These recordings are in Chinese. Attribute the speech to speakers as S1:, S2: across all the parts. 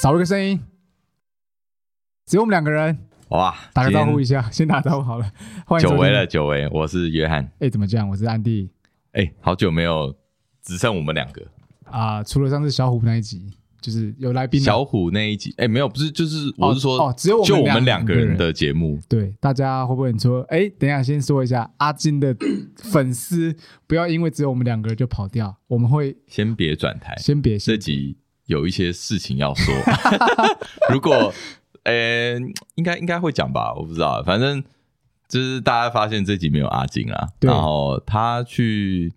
S1: 少哎一个声音，只有我们两个人，
S2: 哇，
S1: 打个招呼一
S2: 今
S1: 下，先打招呼好了。欢
S2: 天
S1: 迎
S2: 久
S1: 收听
S2: 违了，，久违，我是约翰。
S1: 哎，怎么讲？我是安迪
S2: 哎、好久没有，只剩我们两个。
S1: 啊、除了上次小虎那一集，就是有来宾的，啊
S2: 小虎那一集，哎、没有，不是，就是我是说，
S1: 哦只有我们
S2: 就
S1: 两
S2: 我们两个人
S1: 两个
S2: 的节目。
S1: 对大家会不会很说？哎，等一下，先说一下阿金的粉丝，不要因为只有我们两个人就跑掉，我们会
S2: 先别转台，
S1: 先别
S2: 这
S1: 先
S2: 集有一些事情要 说。如果，呃、应该应该会讲吧，我不知道，反正就是大家发现这集没有阿金啊，
S1: 对
S2: 然后他去，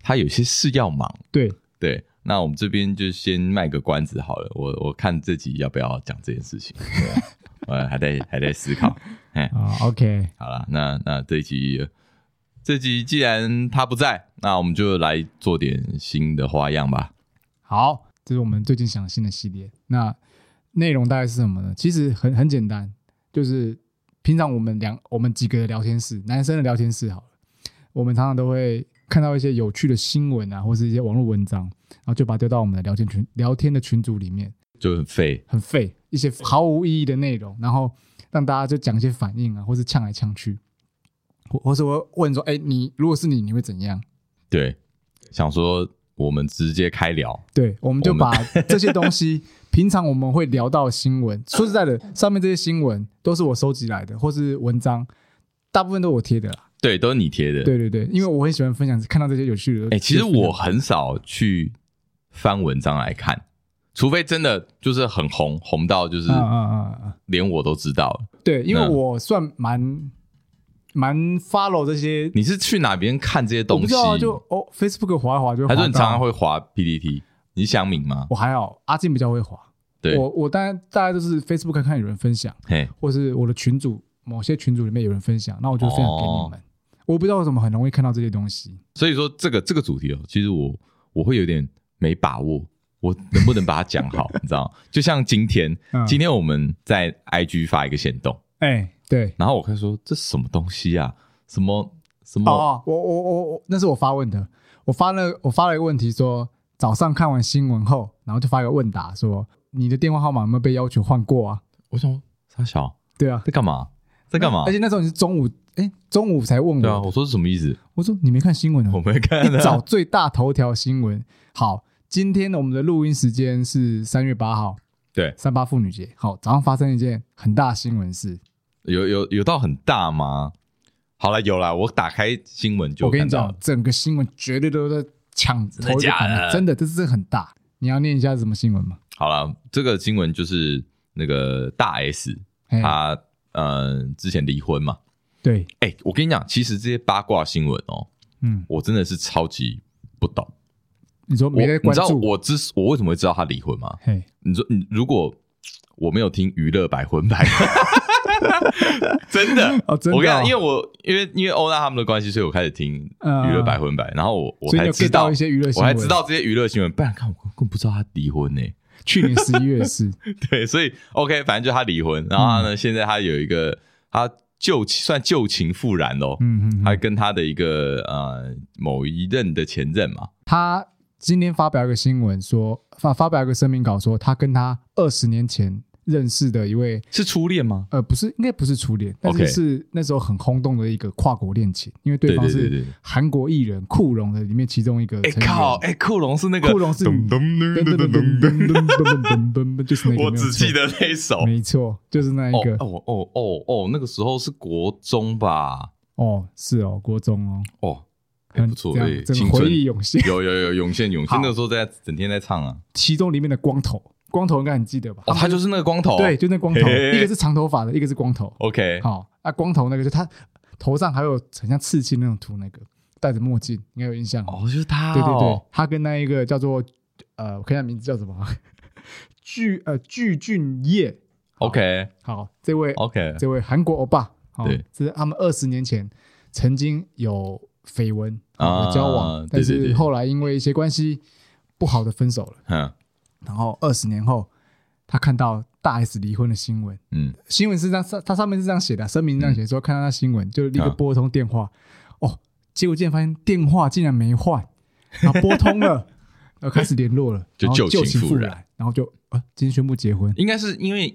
S2: 他有些事要忙，
S1: 对，
S2: 对，那我们这边就先卖个关子好了。我我看这集要不要讲这件事情，对啊 我还在还在思考。
S1: 啊、o k
S2: 好了，那那这一集这集既然他不在，那我们就来做点新的花样吧。
S1: 好，这是我们最近想新的系列。那内容大概是什么呢？其实很很简单，就是平常我们两我们几个的聊天室，男生的聊天室好了，我们常常都会看到一些有趣的新闻啊，或是一些网络文章，然后就把它丢到我们的聊天群聊天的群组里面，
S2: 就很废，
S1: 很废，一些毫无意义的内容，然后让大家就讲一些反应啊，或是呛来呛去，或或是我问说，哎，你如果是你，你会怎样？
S2: 对，想说我们直接开聊，
S1: 对，我们就
S2: 我们
S1: 把 这些东西，平常我们会聊到的新闻，说实在的，上面这些新闻都是我收集来的，或是文章，大部分都我贴的啦。
S2: 对，都是你贴的。
S1: 对对对，因为我很喜欢分享，看到这些有趣的。
S2: 哎、其实我很少去翻文章来看，除非真的就是很红，红到就是
S1: 啊啊啊啊啊，
S2: 连我都知道了。
S1: 对，因为
S2: 那
S1: 我算蛮蛮 follow 这些
S2: 你是去哪边看这些
S1: 我
S2: 东
S1: 不
S2: 西？
S1: 知道啊就哦，Facebook 滑一滑就滑
S2: 还
S1: 到啊
S2: 是你常常啊会滑 PPT？你想明吗？
S1: 我还好，阿静比较会滑。
S2: 对，
S1: 我我当然大家都是 Facebook 看有人分享，
S2: 嘿，
S1: 或是我的群组某些群组里面有人分享，那我就分享给你
S2: 哦
S1: 们。我不知道为什么很容易看到这些东西。
S2: 所以说这个这个主题哦，其实我我会有点没把握，我能不能把它讲 好？你知道吗，就像今天，
S1: 嗯
S2: 今天我们在 IG 发一个行动，
S1: 哎、对，
S2: 然后我看说这什么东西啊，什么什么、
S1: 哦哦，我我我我，那是我发问的，我发了我发了一个问题说，早上看完新闻后，然后就发一个问答说，你的电话号码有没有被要求换过啊？
S2: 我想说傻小
S1: 对啊，
S2: 在干嘛，在干嘛
S1: 而？且那时候你是中午，哎、中午才问我
S2: 对
S1: 的，
S2: 啊，我说是什么意思？
S1: 我说你没看新闻
S2: 我
S1: 哦，
S2: 没看
S1: 一
S2: 啊
S1: 早最大头条新闻。好，今天我们的录音时间是三月八号，
S2: 对，
S1: 三八妇女节。好，早上发生一件很大的新闻事，
S2: 有有有到很大吗？好了，有了，我打开新闻就
S1: 我跟
S2: 看
S1: 你
S2: 到
S1: 讲
S2: 了，，
S1: 整个新闻绝对都在抢头
S2: 的
S1: 一个
S2: 假
S1: 版面
S2: 的
S1: 真的，这是很大。你要念一下是什么新闻吗？
S2: 好了，这个新闻就是那个大 S
S1: 哎，
S2: 他呃之前离婚嘛。
S1: 对，
S2: 哎、我跟你讲，其实这些八卦新闻哦，
S1: 嗯，
S2: 我真的是超级不懂。
S1: 你说
S2: 我
S1: 没在
S2: 你
S1: 关
S2: 知道
S1: 注？
S2: 我之我为什么会知道他离婚吗？
S1: 嘿，
S2: 你说，你如果我没有听娱乐百分百， 真的，
S1: 哦真的哦
S2: 我跟你讲，因为我因为因为欧娜他们的关系，所以我开始听
S1: 嗯
S2: 娱乐百分百，然后我我
S1: 所以你
S2: 才
S1: 有
S2: 知
S1: get
S2: 道
S1: 到一些娱乐新
S2: 我
S1: 闻，
S2: 还知道这些娱乐新闻，不然看我根本不知道他离婚呢、
S1: 去年十一 月是，
S2: 对，所以 OK，反正就他离婚，然后他
S1: 嗯
S2: 呢，现在他有一个他旧算旧情复燃咯，
S1: 嗯嗯，
S2: 他
S1: 嗯
S2: 跟他的一个呃某一任的前任嘛，
S1: 他今天发表一个新闻说，发发表一个声明稿说，他跟他二十年前认识的一位
S2: 是初恋吗？
S1: 呃，不是，应该不是初恋，但
S2: OK
S1: 是是那时候很轰动的一个跨国恋情，因为对
S2: 对
S1: 方
S2: 对对
S1: 是
S2: 对
S1: 韩国艺人酷龙的里面其中一个
S2: 哎、
S1: 成员。
S2: 靠，哎、酷龙是那个
S1: 酷龙是
S2: 噔噔噔噔
S1: 噔噔噔
S2: 噔噔
S1: 噔噔噔噔噔噔噔，就是那个。
S2: 我只记
S1: 得，
S2: 得那一首。
S1: 没错，就是那一
S2: 哦
S1: 个。
S2: 哦哦哦哦，那个时候是国中吧？
S1: 哦，是哦，国中哦，
S2: 哦，还不错，
S1: 这
S2: 哎，
S1: 样整
S2: 青
S1: 个回
S2: 春
S1: 忆涌现。
S2: 有有有涌现 涌现，
S1: 好
S2: 那个时候在整天在唱啊。
S1: 其中里面的光头，光头应该很记得吧？
S2: 哦，他就是那个光头。
S1: 对，就那光头，
S2: 嘿
S1: 一个是长头发的，一个是光头。
S2: ，OK，
S1: 好，那光头那个就他头上还有很像刺青那种图，那个戴着墨镜，应该有印象。
S2: 哦，就是他。哦
S1: 对对对，，他跟那一个叫做呃，我看一下名字叫什么啊，具呃具俊晔。
S2: OK
S1: 好，这位
S2: OK，
S1: 这位韩国欧巴，
S2: 哦
S1: 哦
S2: 对，
S1: 这是他们二十年前曾经有绯闻
S2: 啊
S1: 有交往，
S2: 对
S1: 但
S2: 对
S1: 是
S2: 对
S1: 后来因为一些关系不好的分手了。
S2: 嗯
S1: 然后二十年后，他看到大 S 离婚的新闻，
S2: 嗯，
S1: 新闻是这样，上它上面是这样写的，声明这样写说，看到那新闻就立刻拨通电
S2: 啊
S1: 话，哦，结果竟然发现电话竟 然没换，然后拨通了，然后开始联络了，
S2: 就
S1: 然后
S2: 旧
S1: 旧
S2: 情
S1: 情
S2: 复
S1: 复
S2: 燃
S1: 燃，然后就啊，今天宣布结婚，
S2: 应该是因为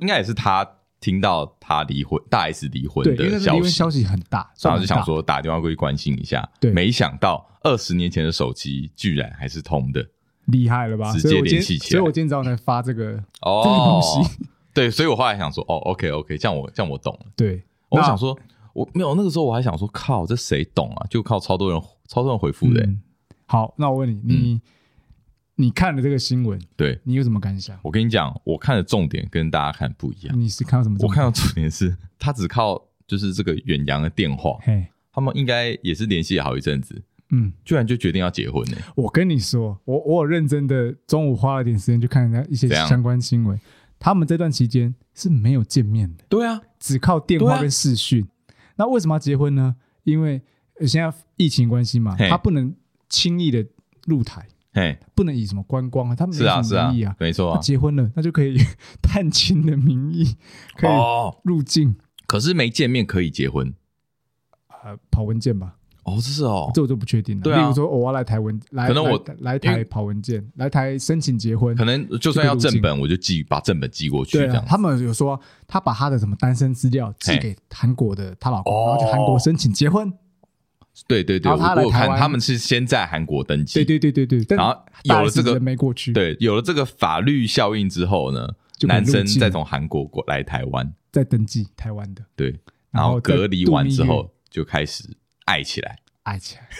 S2: 应该也是他听到他离婚，大 S 离婚
S1: 对，因
S2: 的
S1: 为那个离
S2: 消
S1: 婚
S2: 息
S1: 消，息很大，
S2: 然
S1: 算
S2: 后就
S1: 很大
S2: 想，说打电话过去关心一下，
S1: 对
S2: 没想到二十年前的手机居然还是通的
S1: 厉害了吧？
S2: 直接
S1: 所以我今
S2: 联系
S1: 天，
S2: 起来
S1: 所以我今天早上才发这个这个
S2: 哦
S1: 东西，
S2: 对，所以我后来想说，哦，OK OK，这样我这样我懂了。
S1: 对，
S2: 我
S1: 那
S2: 想说，我没有那个时候我还想说，靠，这谁懂啊？就靠超多人超多人回复的、欸
S1: 嗯好，那我问你，
S2: 嗯
S1: 你你看了这个新闻，
S2: 对
S1: 你有什么感想？
S2: 我跟你讲，我看的重点跟大家看不一样。
S1: 你是看到什么？
S2: 我看到重点是他只靠就是这个远洋的电话，
S1: 嘿，
S2: 他们应该也是联系了好一阵子，
S1: 嗯，
S2: 居然就决定要结婚呢、
S1: 我跟你说，我我有认真的中午花了点时间去看人家一些
S2: 怎样
S1: 相关新闻，他们这段期间是没有见面的，
S2: 对啊，
S1: 只靠电
S2: 对
S1: 话
S2: 啊
S1: 跟视讯。那为什么要结婚呢？因为呃现在疫情关系嘛，
S2: 嘿
S1: 他不能轻易的入台，
S2: 嘿，
S1: 不能以什么观光啊，他们
S2: 是啊
S1: 没
S2: 是
S1: 什么
S2: 啊
S1: 名义啊。，
S2: 没错
S1: 那
S2: 啊。
S1: 结婚了，那就可以 探亲的名义可以
S2: 哦，
S1: 入境，
S2: 可是没见面可以结婚
S1: 呃，跑文件吧，
S2: 哦，这是哦，
S1: 这我就不确定了。
S2: 对啊
S1: 例如说，哦我要来台文，来
S2: 可能我
S1: 来来
S2: 因
S1: 台
S2: 为
S1: 跑文件，来台申请结婚
S2: 可。能就算要正本，我就寄把正本寄过去
S1: 对
S2: 这
S1: 啊
S2: 样，。
S1: 他们有说他把他的什么单身资料寄
S2: 嘿
S1: 给韩国的她老公，
S2: 哦
S1: 然后去韩国申请结婚。
S2: 对对对，
S1: 然
S2: 我
S1: 后他
S2: 我
S1: 来
S2: 有
S1: 台
S2: 看
S1: 湾
S2: 他们是先在韩国登
S1: 对
S2: 记，
S1: 对对对对，但
S2: 然后有
S1: 大
S2: 了
S1: S
S2: 这个
S1: 人没过去，，
S2: 对，有了这个法律效应之后呢，
S1: 就可以
S2: 男
S1: 入境
S2: 生再从韩国过来台湾，
S1: 在登记台湾的，
S2: 对，
S1: 然
S2: 然
S1: 后
S2: 后
S1: 再
S2: 隔离完之
S1: 度蜜月
S2: 后就开始爱起来。
S1: 爱起来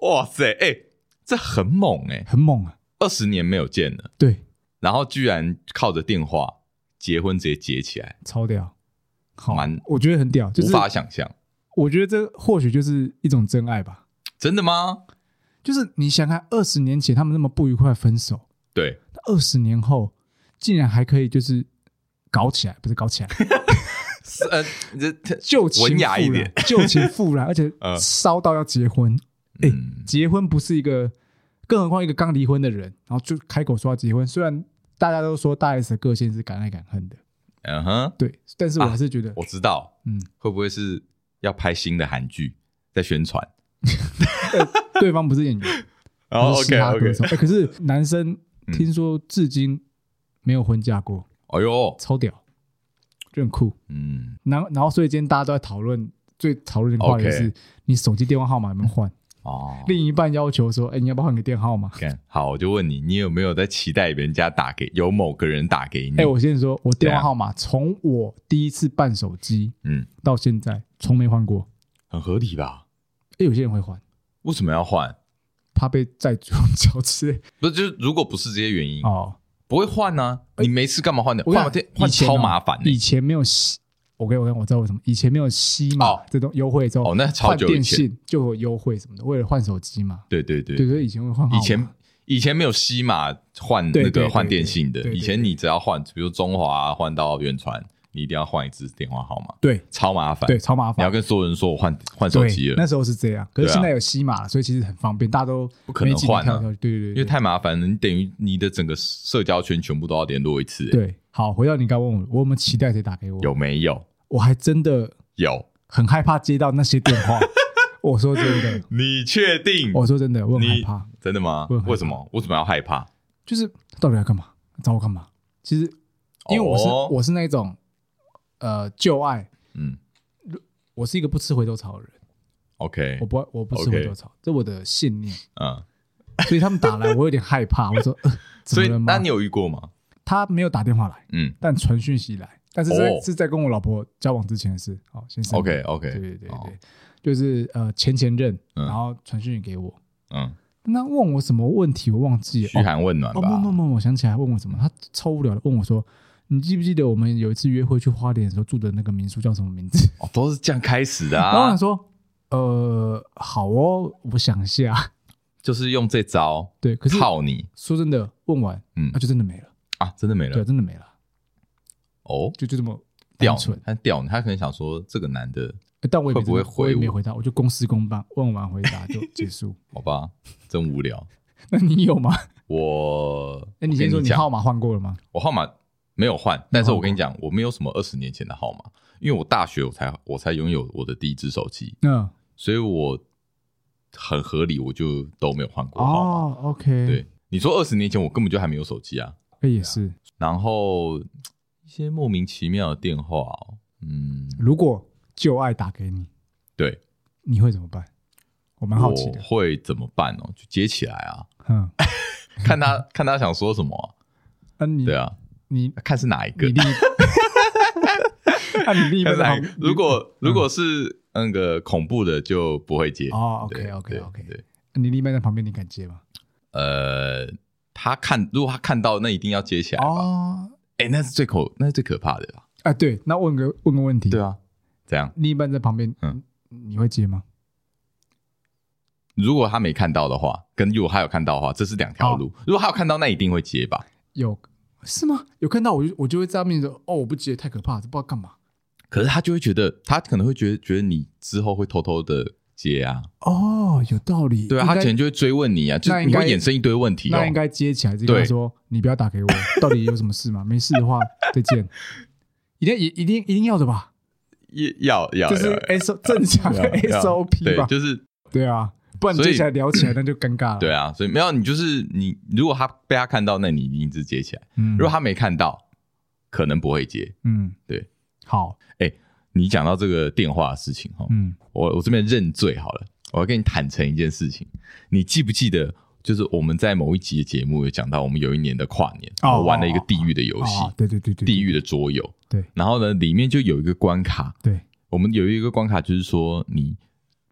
S2: 哇塞，哎、这很猛哎、
S1: 很猛啊！
S2: 二十年没有见了，
S1: 对，
S2: 然后居然靠着电话结婚，直接结起来，
S1: 超屌，好
S2: 蛮，
S1: 我觉得很屌，就
S2: 无
S1: 是
S2: 法想象。
S1: 我觉得这或许就是一种真爱吧。
S2: 真的吗？
S1: 就是你想看二十年前他们那么不愉快分手，
S2: 对，
S1: 二十年后竟然还可以就是搞起来，不是 搞起来，
S2: 是呃， 这这
S1: 旧情
S2: 文雅一
S1: 复燃
S2: 点，
S1: 旧情复 燃，而且
S2: 呃
S1: 烧到要结婚。哎
S2: 嗯
S1: 结婚不是一个，更何况一个刚离婚的人，然后就开口说要结婚。虽然大家都说大 S 的个性是敢爱敢恨的，
S2: 嗯哼，
S1: 对，但是我
S2: 啊
S1: 还是觉得，
S2: 我知道，
S1: 嗯，
S2: 会不会是要拍新的韩剧在宣传？
S1: 对方不是演员，
S2: 哦
S1: 不是嘻
S2: ，OK
S1: 哈歌
S2: OK，
S1: 手。哎可是男生
S2: 嗯
S1: 听说至今没有婚嫁过，
S2: 哎呦，
S1: 超屌，就很酷。
S2: 嗯，
S1: 然后然后，所以今天大家都在讨论，最讨论的话题
S2: OK
S1: 是你手机电话号码有没有换？
S2: 哦，嗯
S1: 另一半要求说，哎，你要不要换个电话号码？
S2: 看好，我就问你，你有没有在期待人家打给有某个人打给你？
S1: 哎、我先说，我
S2: 对
S1: 电话
S2: 啊
S1: 号码从我第一次办手机
S2: 嗯，
S1: 到现在从没换过。
S2: 很合理吧？
S1: 哎、有些人会换，
S2: 为什么要换？
S1: 怕被债主找之类。
S2: 不是，就是如果不是这些原因，
S1: 哦，哎
S2: 不会换呢、你没事干嘛换的？
S1: 我
S2: 换
S1: 跟
S2: 电
S1: 你讲
S2: 换
S1: 以前
S2: 超
S1: 哦
S2: 麻烦的、
S1: 以前没有吸，我跟我跟我知道为什么，以前没有吸嘛、
S2: 哦
S1: 这种优惠之后，
S2: 哦那超
S1: 换
S2: 久以
S1: 电
S2: 前
S1: 信就有优惠什么的，为了换手机嘛。
S2: 对对对，
S1: 对，所以以前会换号码。
S2: 以前以前没有西马换
S1: 哦对
S2: 那
S1: 对对
S2: 个换电信的
S1: 对对，对
S2: 以前你只要换，比如中华啊换到远传，你一定要换一支电话号码，
S1: 对
S2: 超麻烦。
S1: 对，超麻
S2: 你
S1: 烦
S2: 要。跟所有人说我换换手
S1: 对
S2: 机，了
S1: 那，时候是这样，可是
S2: 对啊
S1: 现在有吸码了，所以其实很方便，大家都
S2: 不可能
S1: 没几年
S2: 换啊
S1: 跳来跳去对对对，
S2: 因为太麻烦了。你等于你的整个社交圈全部都要联络一次、欸，
S1: 对。好，回到你刚问我，我有没有期待谁打给我？
S2: 有，没有？
S1: 我还真的
S2: 有，
S1: 很害怕接到那些电 话。我说真的，
S2: 你确定？
S1: 我说真的，我很害
S2: 你
S1: 怕，
S2: 真的吗
S1: 我很害？怕
S2: 为什么？为什么要害怕？
S1: 就是到底要干嘛？找我干嘛？其实，因为我是、
S2: 哦
S1: 我是那种呃旧爱，
S2: 嗯
S1: 我是一个不吃回头草的人，
S2: ，OK，
S1: 我不我不吃
S2: OK
S1: 回头草这我的信念。
S2: 嗯，
S1: 所以他们打来，我有点害 怕。我说，呃、怎
S2: 所
S1: 么
S2: 以
S1: 了吗
S2: 那？你有遇过吗？
S1: 他没有打电话来，
S2: 嗯
S1: 但传讯息来，但是在、
S2: 哦
S1: 是在跟我老婆交往之前的事。好，先生
S2: ，OK OK，
S1: 对对对
S2: 哦
S1: 对，就是呃前前任，
S2: 嗯
S1: 然后传讯息给我，
S2: 嗯，
S1: 那问我什么问题，我忘记了。
S2: 嘘寒问暖
S1: 哦，不不
S2: 吧，
S1: 不，我想起来问我什么，他超无聊的问我说：“你记不记得我们有一次约会去花莲的时候住的那个民宿叫什么名字
S2: 哦，都是这样开始的？”
S1: 然后我
S2: 啊
S1: 想，说：“呃，好哦，我想一下。
S2: 就是用这招”
S1: 对，可是
S2: 套你
S1: 说真的，问完
S2: 嗯
S1: 那、就真的没了，
S2: 啊，真的没
S1: 对，
S2: 了
S1: 真的没了，
S2: 哦，
S1: 就就这么单
S2: 掉
S1: 纯
S2: 你。他掉你，他可能想说这个男的，
S1: 呃但我也没
S2: 会不会
S1: 真的我也
S2: 回
S1: 没
S2: 我
S1: 回答，我就公事公办，问完回答就 结束。
S2: 好吧，真无聊。
S1: 那你有吗？
S2: 我，
S1: 哎，你
S2: 我跟
S1: 先说，
S2: 你
S1: 你
S2: 讲
S1: 号码换过了吗？
S2: 我号码没有换，但是我跟你讲，我没有什么二十年前的号码，因为我大学我才我才拥有我的第一只手机，
S1: 嗯，
S2: 所以我很合理，我就都没有换过号码。
S1: 哦，OK，
S2: 对，你说二十年前我根本就还没有手机啊，
S1: 哎，也是。
S2: 然后一些莫名其妙的电话哦、嗯，
S1: 如果旧爱打给你，
S2: 对，
S1: 你会怎么办？我蛮好奇
S2: 我
S1: 的。
S2: 会怎么办哦？就接起来啊，
S1: 嗯，
S2: 看他看他想说什么啊、
S1: 那你
S2: 对啊，
S1: 你
S2: 看是哪一个
S1: 嗯你。另一，那你另一
S2: 看
S1: 半
S2: 是哪一
S1: 在
S2: 个
S1: 旁
S2: 如果如果是那个恐怖的就不会接。
S1: 嗯哦
S2: 对对
S1: ，OK，OK，OK
S2: 对，
S1: 你另一半在旁边，你敢接吗？
S2: 呃，他看如果他看到那一定要接起来吧。
S1: 哦，
S2: 哎，那是最可那是最可怕的吧？
S1: 啊，对，那问个问个问题，
S2: 对啊，怎样？
S1: 另一半在旁边，
S2: 嗯
S1: 嗯，你会接吗？
S2: 如果他没看到的话，跟如果他有看到的话，这是两条
S1: 哦
S2: 路。如果他有看到，那一定会接吧。
S1: 有是吗？有看到我就我就会在他面前说，哦，我不接，太可怕了，这不知道干嘛。
S2: 可是他就会觉得，他可能会觉得觉得你之后会偷偷的接啊，
S1: 哦，有道理。
S2: 对啊，
S1: 应
S2: 他
S1: 该
S2: 可能就会追问你啊，就
S1: 那
S2: 是
S1: 应
S2: 你
S1: 该
S2: 会衍生一堆问题哦
S1: 那。应该接起来，直接跟他
S2: 对
S1: 说：“你不要打给我，到底有什么事吗？没事的话，再见。” 一定一一定一定要的吧？
S2: 也要要
S1: 这是
S2: 要
S1: S 正常的
S2: 要要
S1: SOP
S2: 啊对，
S1: 吧？
S2: 就是
S1: 对啊，不然
S2: 所以
S1: 接起来聊起来那就尴尬了。
S2: 对，啊，所以没有你就是你，如果他被他看到，那你一定是接起来；
S1: 嗯，
S2: 如果他没看到，可能不会接。
S1: 嗯
S2: 对，
S1: 好，
S2: 你讲到这个电话的事情哈，
S1: 嗯，
S2: 我我这边认罪好了，我要跟你坦诚一件事情，你记不记得？就是我们在某一集的节目有讲到，我们有一年的跨年，
S1: 哦
S2: 我玩了一个地狱的游戏，
S1: 啊，对对对对，
S2: 地狱的桌游。
S1: 对
S2: 然后呢，里面就有一个关卡，
S1: 对，
S2: 我们有一个关卡就是说你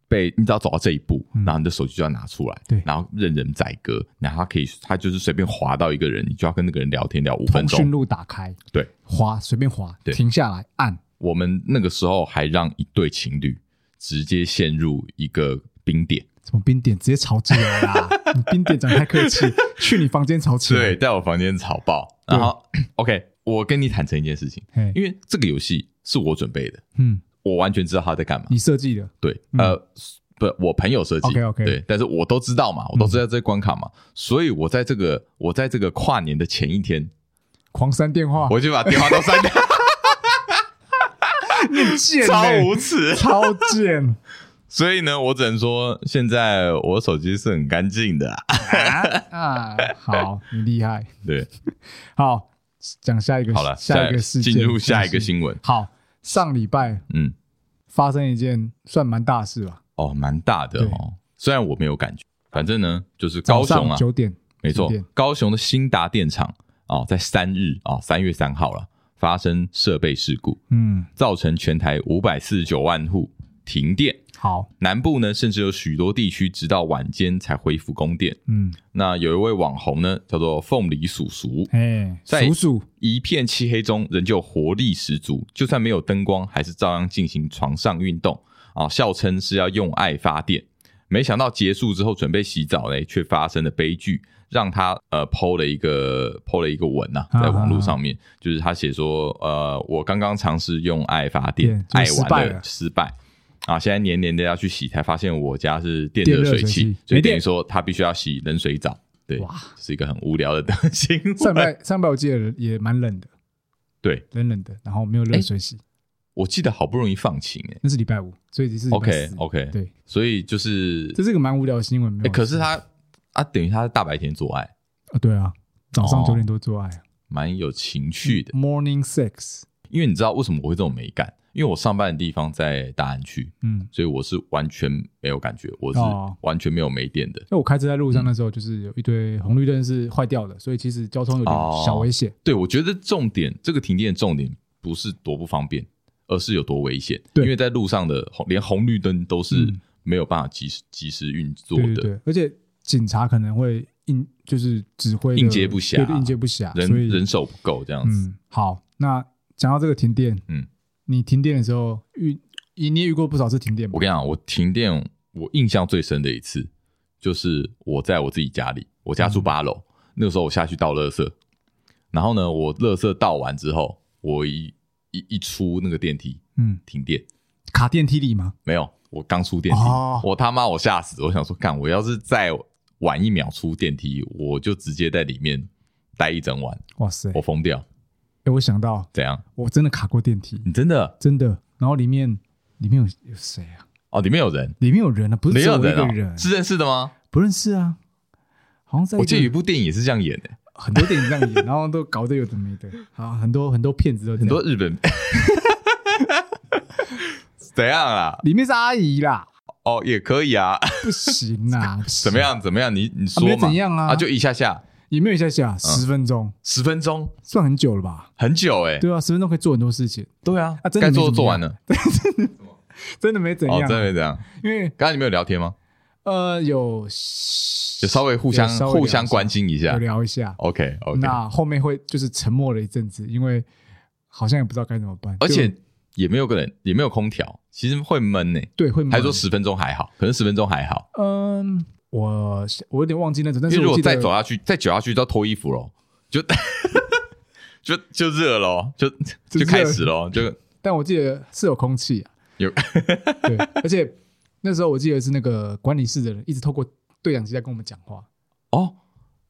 S2: 被你只要走到这一步，
S1: 嗯
S2: 然后你的手机就要拿出来，
S1: 对
S2: 然后任人宰割，然后他可以他就是随便划到一个人，你就要跟那个人聊天聊五分
S1: 通讯
S2: 钟。
S1: 录打开，
S2: 对，
S1: 滑随便滑，
S2: 对
S1: 停下来按，
S2: 我们那个时候还让一对情侣直接陷入一个冰点，
S1: 什么冰点直接吵起来 啦！你冰点长太客气，去你房间吵起来。
S2: 对，，在我房间吵爆。然后 OK，我跟你坦诚一件事情，
S1: 嘿，
S2: 因为这个游戏是我准备的，
S1: 嗯，
S2: 我完全知道他在干嘛。
S1: 你设计的，
S2: 对，
S1: 嗯
S2: 呃，不，我朋友设计
S1: OK，OK 嗯
S2: 对，但是我都知道嘛，我都知道这个关卡嘛，所以我在这个我在这个跨年的前一天，
S1: 狂删电话，
S2: 我就把电话都删掉，
S1: 贱
S2: 超
S1: 欸
S2: 无耻。
S1: 超 贱
S2: 所以呢，我只能说，现在我手机是很干净的、啊，
S1: 啊！好，你厉害。
S2: 对，
S1: 好，讲下一个，
S2: 好了，
S1: 下一个事
S2: 再
S1: 件，
S2: 进入下一个。新闻，
S1: 好，上礼拜
S2: 嗯，
S1: 发生一件算蛮大事吧，
S2: 哦，蛮大的
S1: 对
S2: 哦，虽然我没有感觉，反正呢，就是
S1: 早
S2: 高
S1: 上
S2: 雄啊，
S1: 九点，
S2: 没错
S1: 新店，
S2: 高雄的新达电厂哦，在三日哦，三月三号了，发生设备事故，
S1: 嗯，
S2: 造成全台五百四十九万户停电。
S1: 好，
S2: 南部呢，甚至有许多地区直到晚间才恢复供电。
S1: 嗯，
S2: 那有一位网红呢，叫做凤梨叔叔，
S1: 哎，
S2: 在
S1: 数数，
S2: 一片漆黑中仍旧活力十足，就算没有灯光，还是照样进行床上运动啊，笑称是要用爱发电。没想到结束之后准备洗澡呢，却发生了悲剧，让他呃剖了一个剖了一个文呐、
S1: 啊
S2: 在网络上面，就是他写说呃，我刚刚尝试用爱发电
S1: 电，就
S2: 爱
S1: 失败
S2: 玩
S1: 了
S2: 失败。啊！现在年年的要去洗，才发现我家是电
S1: 电
S2: 热
S1: 热
S2: 水
S1: 水
S2: 器
S1: 器，
S2: 所以等于
S1: 没电
S2: 说他必须要洗冷水澡。对，
S1: 哇
S2: 是一个很无聊的新闻。
S1: 上礼拜上礼拜我记得也蛮冷的，
S2: 对，
S1: 冷冷的，然后没有热水洗，
S2: 我记得好不容易放晴哎、
S1: 那是礼拜五，所以是礼拜
S2: OK
S1: 四
S2: OK，
S1: 对，
S2: 所以就是
S1: 这，是个蛮无聊的新闻，没
S2: 欸
S1: 有？
S2: 可是他啊，等于他大白天做爱，
S1: 啊，对啊，早上
S2: 哦
S1: 九点多做爱啊
S2: 蛮有情趣
S1: 嗯
S2: 的。
S1: ，morning sex，
S2: 因为你知道为什么我会这种美感？因为我上班的地方在大安区，
S1: 嗯，
S2: 所以我是完全没有感觉，我是
S1: 哦
S2: 完全没有没电的。
S1: 因为我开车在
S2: 嗯
S1: 路上的时候，就是有一堆红绿灯是坏掉的，所以其实交通有点
S2: 哦
S1: 小危险。
S2: 对，我觉得重点这个停电的重点不是多不方便，而是有多危险。
S1: 对
S2: 因为在路上的红连红绿灯都是
S1: 嗯
S2: 没有办法及时及时运作
S1: 对对
S2: 的，
S1: 对，而且警察可能会应就是指挥的
S2: 应接不暇
S1: 对对应接不暇，所
S2: 人
S1: 以
S2: 人手不够这样子。
S1: 嗯，好，那讲到这个停电，
S2: 嗯，
S1: 你停电的时候遇你你也遇过不少次停电吧
S2: 我？跟你讲，我停电，我印象最深的一次就是我在我自己家里，我家住八楼，那个时候我下去倒垃圾，然后呢，我垃圾倒完之后，我一一一出那个电梯
S1: 嗯，
S2: 停电，
S1: 卡电梯里吗？
S2: 没有，我刚出电梯，
S1: 哦
S2: 我他妈我吓死，我想说，干，我要是再晚一秒出电梯，我就直接在里面待一整晚，
S1: 哇塞！
S2: 我疯掉，
S1: 哎，我想到
S2: 怎样？
S1: 我真的卡过电梯，
S2: 你真的
S1: 真的。然后里面里面有有谁啊？
S2: 哦，里面有人，
S1: 里面有人啊，不是
S2: 没
S1: 只有
S2: 有
S1: 我一
S2: 人
S1: 个
S2: 哦
S1: 人，
S2: 是认识的吗？
S1: 不认识啊。好像在一
S2: 我记得有一
S1: 个
S2: 部电影也是这样演的，
S1: 很多电影这样演，然 后都搞得有的没的，好，很多很多骗子都这
S2: 很
S1: 样
S2: 多日 本。怎样啦？
S1: 里面是阿姨啦，
S2: 哦，也可以啊。
S1: 不行 啦，
S2: 怎么样？怎么样？你你
S1: 啊？
S2: 说
S1: 没有
S2: 嘛？
S1: 怎样啊？
S2: 啊，就一下下
S1: 也没有一下
S2: 嗯
S1: 下十分钟，
S2: 十分钟，
S1: 算很久了吧？
S2: 很久哎、
S1: 对啊，十分钟可以做很多事情，
S2: 对啊
S1: 啊，真的
S2: 该
S1: 没
S2: 做都
S1: 怎么
S2: 做
S1: 样
S2: 完了。
S1: 真的没怎
S2: 哦，
S1: 样啊
S2: 真，的会这样。
S1: 因为
S2: 刚才你们有聊天吗？
S1: 呃有
S2: 就稍微互相
S1: 有稍微聊
S2: 互
S1: 一下
S2: 相关心一下
S1: 有。聊一下，
S2: OK OK，
S1: 那后面会就是沉默了一阵子，因为好像也不知道该怎么办，
S2: 而且
S1: 就
S2: 也没有个人，也没有空调，其实会闷呢、
S1: 对会闷
S2: 还说十分钟还好，可能十分钟还好，
S1: 嗯，我我有点忘记那种，但
S2: 因
S1: 是
S2: 为如
S1: 我
S2: 果
S1: 记得
S2: 再走下啊去，再久下去就要脱衣服喽，就 就就热喽，就
S1: 就
S2: 就开始喽，就
S1: 但我记得是有空气啊，
S2: 有
S1: 对，而且那时候我记得是那个管理室的人一直透过对讲机在跟我们讲话，
S2: 哦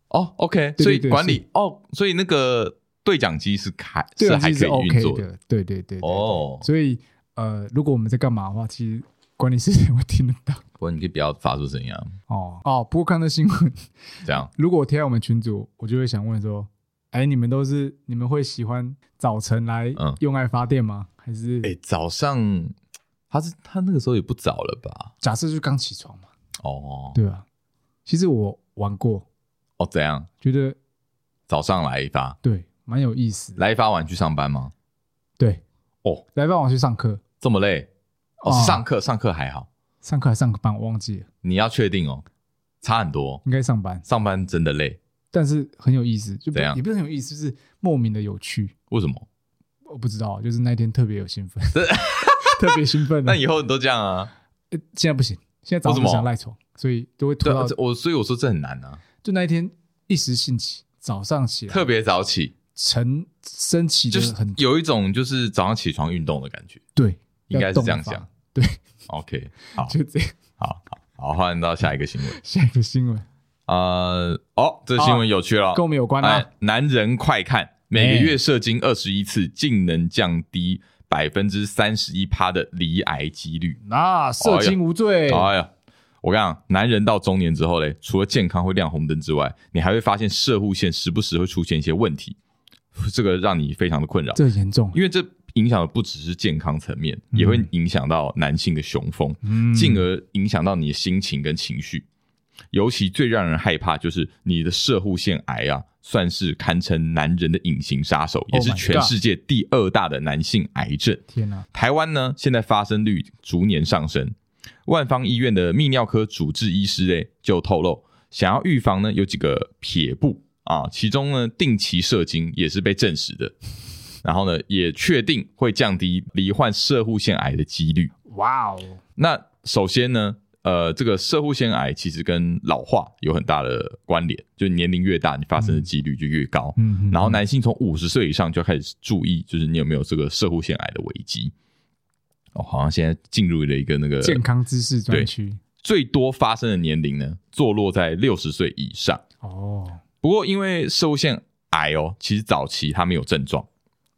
S2: 哦 OK，
S1: 对
S2: 所以
S1: 对
S2: 管理哦，所以那个对讲机是开
S1: 对
S2: 是
S1: 讲
S2: 还可
S1: 机是
S2: 以运
S1: OK
S2: 作
S1: 的，对对对对
S2: 哦
S1: 所以呃，如果我们在干嘛的话，其实管理室也会听得 到。
S2: 不过你可以不要发出声音啊，
S1: 哦哦，不过看到新闻，
S2: 这样
S1: 如果贴在我们群组，我就会想问说，哎，你们都是你们会喜欢早晨来
S2: 嗯
S1: 用爱发电吗？还是
S2: 哎、早上他是他那个时候也不早了吧？
S1: 假设就刚起床嘛，
S2: 哦
S1: 对吧？其实我玩过，
S2: 哦，怎样？
S1: 觉得
S2: 早上来一发，
S1: 对蛮有意思的，
S2: 来一发完去上班吗？
S1: 对
S2: 哦，
S1: 来帮我去上课，
S2: 这么累？哦，
S1: 啊
S2: 是上课上课还好，
S1: 上课还上个班，我忘记了，
S2: 你要确定哦，差很多。
S1: 应该上班，
S2: 上班真的累，
S1: 但是很有意思，就不
S2: 怎样
S1: 也不是很有意思，就是莫名的有趣。
S2: 为什么？
S1: 我不知道，就是那一天特别有兴奋， 特别兴奋啊。
S2: 那以后你都这样啊？
S1: 呃现在不行，现在早上
S2: 为什么
S1: 不想赖床，所以都会拖
S2: 对啊
S1: 到，
S2: 这我所以我说这很难啊，
S1: 就那一天一时兴起，早上起来
S2: 特别早起，
S1: 晨升起
S2: 就
S1: 的
S2: 是
S1: 很
S2: 有一种就是早上起床运动的感觉。
S1: 对，
S2: 应该
S1: 要
S2: 是
S1: 动
S2: 这样
S1: 发
S2: 讲，
S1: 对，
S2: OK，好，
S1: 就这样。
S2: 好，好，好，换到下一个新闻。
S1: 下一个新闻
S2: 呃，哦，这新闻有趣了，
S1: 啊跟我们有关
S2: 哎
S1: 啊，，哎
S2: 男人快看，每个月射精二十一次，竟能降低百分之三十一趴的罹癌几率。
S1: 那射精无罪，
S2: 哦哎呀，我跟你讲，男人到中年之后嘞，除了健康会亮红灯之外，你还会发现射护线时不时会出现一些问题，这个让你非常的困扰，
S1: 这严重，
S2: 因为这影响的不只是健康层面，也会影响到男性的雄风，
S1: 嗯
S2: 进而影响到你的心情跟情绪。尤其最让人害怕就是你的射护腺癌啊，算是堪称男人的隐形杀手，也
S1: Oh
S2: 是
S1: my
S2: 全
S1: God
S2: 世界第二大的男性癌症。
S1: 天哪，
S2: 台湾呢，现在发生率逐年上升。万方医院的泌尿科主治医师嘞就透露，想要预防呢，有几个撇步啊，其中呢，定期射精也是被证实的。然后呢，也确定会降低罹患射护腺癌的几率。
S1: 哇哦，
S2: 那首先呢，呃，这个射护腺癌其实跟老化有很大的关联，就年龄越大，你发生的几率就越高。
S1: 嗯
S2: 然后男性从五十岁以上就开始注意，就是你有没有这个射护腺癌的危机。哦，好像现在进入了一个那个
S1: 健康知识专区
S2: 最多发生的年龄呢，坐落在六十岁以上。
S1: 哦，
S2: 不过因为射护腺癌哦，其实早期它没有症状，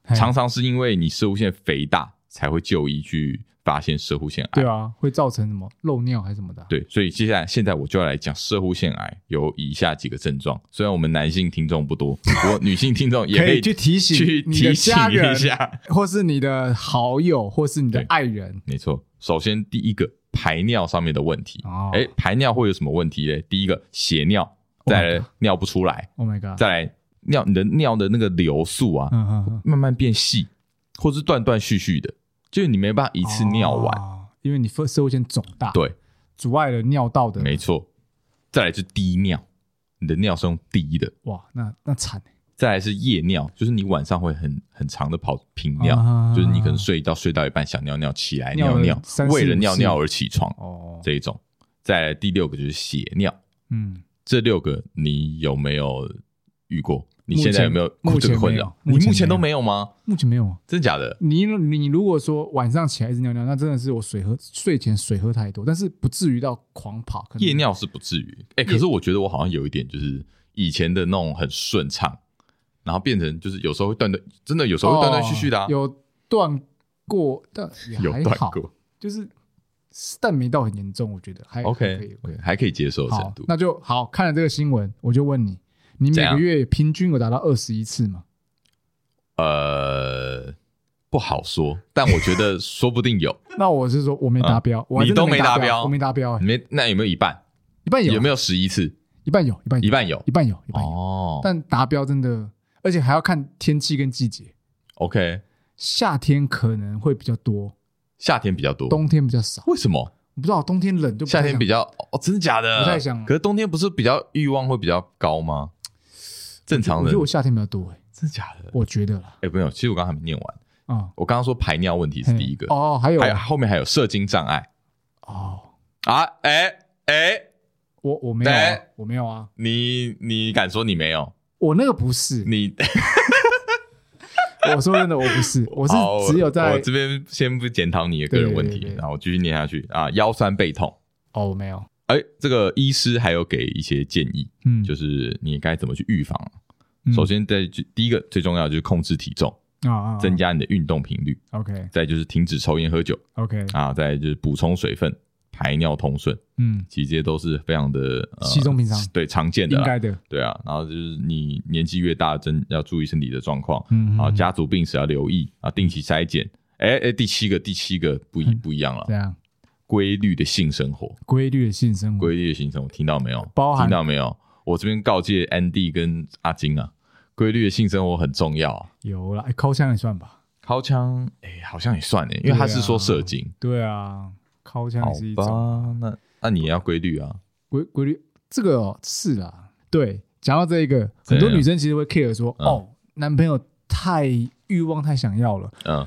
S1: 嘿
S2: 常常是因为你射护腺肥大才会就医去发现射护腺癌。
S1: 对啊，会造成什么漏尿还是什么的啊，
S2: 对，所以接下来现在我就要来讲射护腺癌有以下几个症状。虽然我们男性听众不多，不过女性听众也
S1: 可
S2: 以
S1: 以去提醒
S2: 去
S1: 你的
S2: 提醒
S1: 家
S2: 一
S1: 人
S2: 下。
S1: 或是你的好友，或是你的
S2: 对
S1: 爱人
S2: 没错，首先第一个排尿上面的问题，
S1: 哦
S2: 哎、排尿会有什么问题嘞？第一个血尿，
S1: Oh my
S2: 再来尿不出来，
S1: ，Oh my god，
S2: 再来尿你的尿的那个流速啊，
S1: 嗯嗯嗯，
S2: 慢慢变细，或是断断续续的，就是你没办法一
S1: 一
S2: 次尿完。
S1: 哦因为你射射线肿大，，
S2: 对，
S1: 阻碍了尿道的，
S2: 没错。再来就滴尿，你的尿是用滴的。
S1: 哇，那那惨欸，
S2: 再来是夜尿，就是你晚上会很很长的跑频尿，
S1: 啊
S2: 就是你可能睡一觉睡到一半想尿尿，起来
S1: 尿
S2: 尿
S1: 了
S2: 尿，
S1: 三四
S2: 为了
S1: 五
S2: 尿
S1: 次
S2: 尿而起床
S1: 哦，
S2: 这一种。再来第六个就是血尿，
S1: 嗯，
S2: 这六个你有没有遇过？你
S1: 目
S2: 现
S1: 前
S2: 在有没有
S1: 目
S2: 这个
S1: 前
S2: 困
S1: 没
S2: 扰？
S1: 有目
S2: 你目
S1: 前
S2: 前
S1: 没
S2: 都
S1: 有
S2: 没有吗？
S1: 目前没有啊。
S2: 真假的？
S1: 你你如果说晚上起来一直尿尿，那真的是我水喝睡前水喝太多，但是不至于到狂跑。可能哦
S2: 夜尿是不至于，哎、可是我觉得我好像有一点就是以前的那种很顺畅，然后变成就是有时候会断断，真的有时候会断断续续的、啊
S1: 哦有断过，但也
S2: 有
S1: 哦还
S2: 断
S1: 好，
S2: 过，
S1: 就是但没到很严重，我觉得还还可以
S2: OK OK，还可以接受的程
S1: 好
S2: 度，。
S1: 那就好看了这个新闻，我就问你，你每
S2: 怎
S1: 个
S2: 样
S1: 月平均有达到二十一次吗？
S2: 呃，不好说，但我觉得说不定 有。
S1: 那我是说我没达标，我
S2: 啊
S1: 还
S2: 你
S1: 真的
S2: 都没
S1: 达
S2: 达标
S1: 我没达标、欸
S2: 你们那有没有一半？
S1: 一半有，
S2: 有没
S1: 有？
S2: 有十一次？
S1: 一半有，一半有，
S2: 一半有
S1: 一。半有，一半有。
S2: 哦
S1: 但达标真的，而且还要看天气跟季节，
S2: ，OK，
S1: 夏天可能会比较多，
S2: 夏天比较多。
S1: 冬天比较少。
S2: 为什么
S1: 我不知道冬天冷就不太
S2: 夏天
S1: 想
S2: 比较？哦，真的假的？
S1: 不太想
S2: 可是冬天不是比较欲望会比较高吗？正常
S1: 我
S2: 人
S1: 觉得我夏天比较多、欸，
S2: 真的假的？
S1: 我觉得啦，
S2: 哎，没有，其实我刚刚还没念完。
S1: 啊、
S2: 我刚刚说排尿问题是第一个，
S1: 哦，还有
S2: 还有后面还有射精障碍
S1: 哦，
S2: 啊！哎哎，
S1: 我我没有、啊
S2: 对，
S1: 我没有啊，
S2: 你你敢说你没有？
S1: 我那个不是，
S2: 你
S1: 我说真的，我不是，我
S2: 好
S1: 是只有
S2: 哦我
S1: 在
S2: 这边先不检讨你的个人问
S1: 对对
S2: 题
S1: 对，
S2: 然后我继续念下去啊。腰酸背痛，
S1: 哦，我没有，
S2: 哎，这个医师还有给一些建议，
S1: 嗯，
S2: 就是你该怎么去预防。啊
S1: 嗯
S2: 首先在，第一个最重要的就是控制体重，
S1: 啊啊，
S2: 增加你的运动频率；
S1: OK
S2: 再就是停止抽烟喝酒
S1: OK，
S2: 啊，再就是补充水分、排尿通顺，
S1: 嗯，
S2: 其实这些都是非常的、呃、
S1: 稀松平常
S2: 对常见的
S1: 应
S2: 啦
S1: 该的，
S2: 对啊，然后就是你年纪越大，真要注意身体的状况
S1: 嗯
S2: 啊，
S1: 嗯
S2: 家族病史要留意啊，定期筛检。哎哎，第七个，第七个不一
S1: 嗯
S2: 不一样了
S1: 这，样
S2: 规律的性生活，
S1: 规律的性生活，
S2: 规律的性生活，听到没有？
S1: 包含
S2: 听到没有？我这边告诫 Andy 跟阿金啊，规律的性生活很重要啊。
S1: 有啦，哎靠枪也算吧，
S2: 掏枪，哎，好像也算哎，因为他
S1: 啊
S2: 是说射精，
S1: 对啊，靠枪
S2: 好
S1: 也是一种
S2: 吧？那那你也要规律啊，
S1: 规规律，这个哦是啦，对，讲到这一个，很多
S2: 对啊
S1: 女生其实会 care 说，
S2: 嗯
S1: 哦，男朋友太欲望太想要了，
S2: 嗯，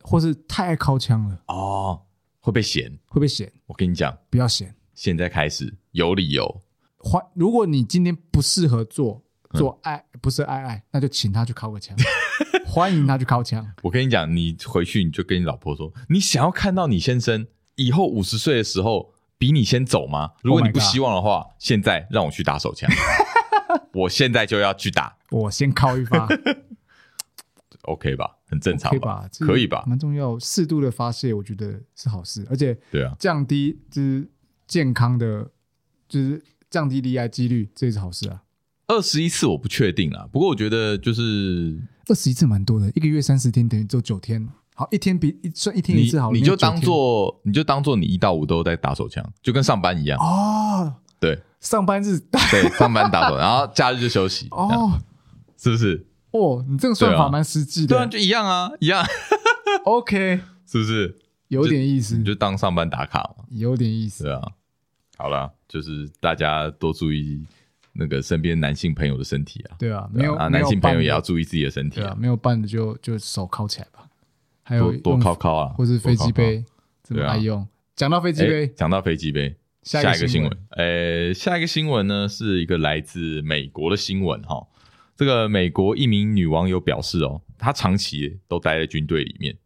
S1: 或是太爱靠枪了，
S2: 哦，会被嫌。
S1: 会被嫌，
S2: 我跟你讲，
S1: 不要嫌。
S2: 现在开始有理由，
S1: 欢，如果你今天不适合做
S2: 嗯
S1: 做爱，不是爱爱，那就请他去靠个枪， 欢迎他去靠枪。
S2: 我跟你讲，你回去你就跟你老婆说，你想要看到你先生以后五十岁的时候比你先走吗？如果你不
S1: Oh God
S2: 希望的话，现在让我去打手 枪，我现在就要去打
S1: 我先靠一发，
S2: ，OK 吧？很正常
S1: 可以吧？这
S2: 可以吧？
S1: 蛮重要，适度的发泄，我觉得是好事，而且
S2: 对啊，
S1: 降低就是健康的，就是降低离癌几率，这也是好事啊。
S2: 二十一次我不确定啊啦，不过我觉得就是
S1: 二十一次蛮多的，一个月三十天等于只有九天，好，一天比一算一天一
S2: 你
S1: 次好了，
S2: 你
S1: 没有
S2: 就
S1: 九天
S2: 当做你就当做你一到五都在打手枪，就跟上班一样，
S1: 哦，
S2: 对
S1: 上班日
S2: 对，啊上班打 手，然后假日就休息，这样
S1: 哦
S2: 是不是？
S1: 哦，你这个算
S2: 对
S1: 法
S2: 啊
S1: 蛮实际
S2: 对啊，
S1: 的
S2: 就一样啊，一样，
S1: ，OK，
S2: 是不是？
S1: 有点意思
S2: 你，就当上班打卡嘛。
S1: 有点意思。
S2: 对啊，好啦，就是大家多注意那个身边男性朋友的身体啊，
S1: 对啊，
S2: 对
S1: 没有
S2: 啊，啊
S1: 没有
S2: 男性朋友
S1: 伴
S2: 也
S1: 的
S2: 要注意自己的身体
S1: 对啊，
S2: 啊，
S1: 没有办的就就手铐起来吧，还有
S2: 多多
S1: 用
S2: 靠靠啊，
S1: 或是飞机杯怎么
S2: 对啊
S1: 爱用。讲到飞
S2: 多
S1: 机
S2: 靠靠。哎
S1: 杯，
S2: 讲到飞机杯，
S1: 下
S2: 下
S1: 一个
S2: 新
S1: 新闻
S2: 闻，呃，下一个新闻呢是一个来自美国的新闻哈。这个美国一名女网友表示哦，她长期都待在军队里面，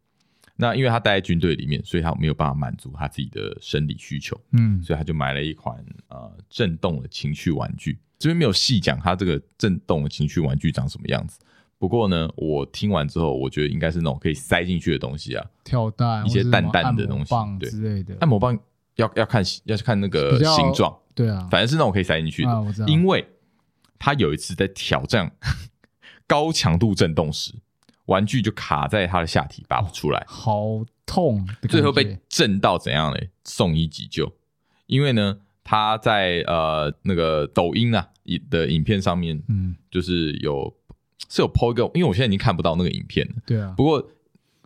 S2: 那因为她待在军队里面，所以她没有办法满足她自己的生理需求，
S1: 嗯
S2: 所以他就买了一款呃震动的情趣玩具。这边没有细讲它这个震动的情趣玩具长什么样子，不过呢，我听完之后，我觉得应该是那种可以塞进去的东西啊，
S1: 跳蛋
S2: 一些
S1: 或是什
S2: 淡
S1: 么
S2: 淡的
S1: 按摩
S2: 东西
S1: 棒
S2: 对
S1: 之类的。
S2: 按摩棒要要看要看那个
S1: 比较
S2: 形状，
S1: 对啊，
S2: 反正是那种可以塞进去的。
S1: 啊我知道
S2: 因为他有一次在挑战高强度震动时，玩具就卡在他的下体拔不出来，
S1: 好痛的感觉，
S2: 最后被震到怎样嘞？送医急救，因为呢，他在呃那个抖音啊影的影片上面，
S1: 嗯，
S2: 就是有是有 PO 一个，因为我现在已经看不到那个影片了。
S1: 对啊，
S2: 不过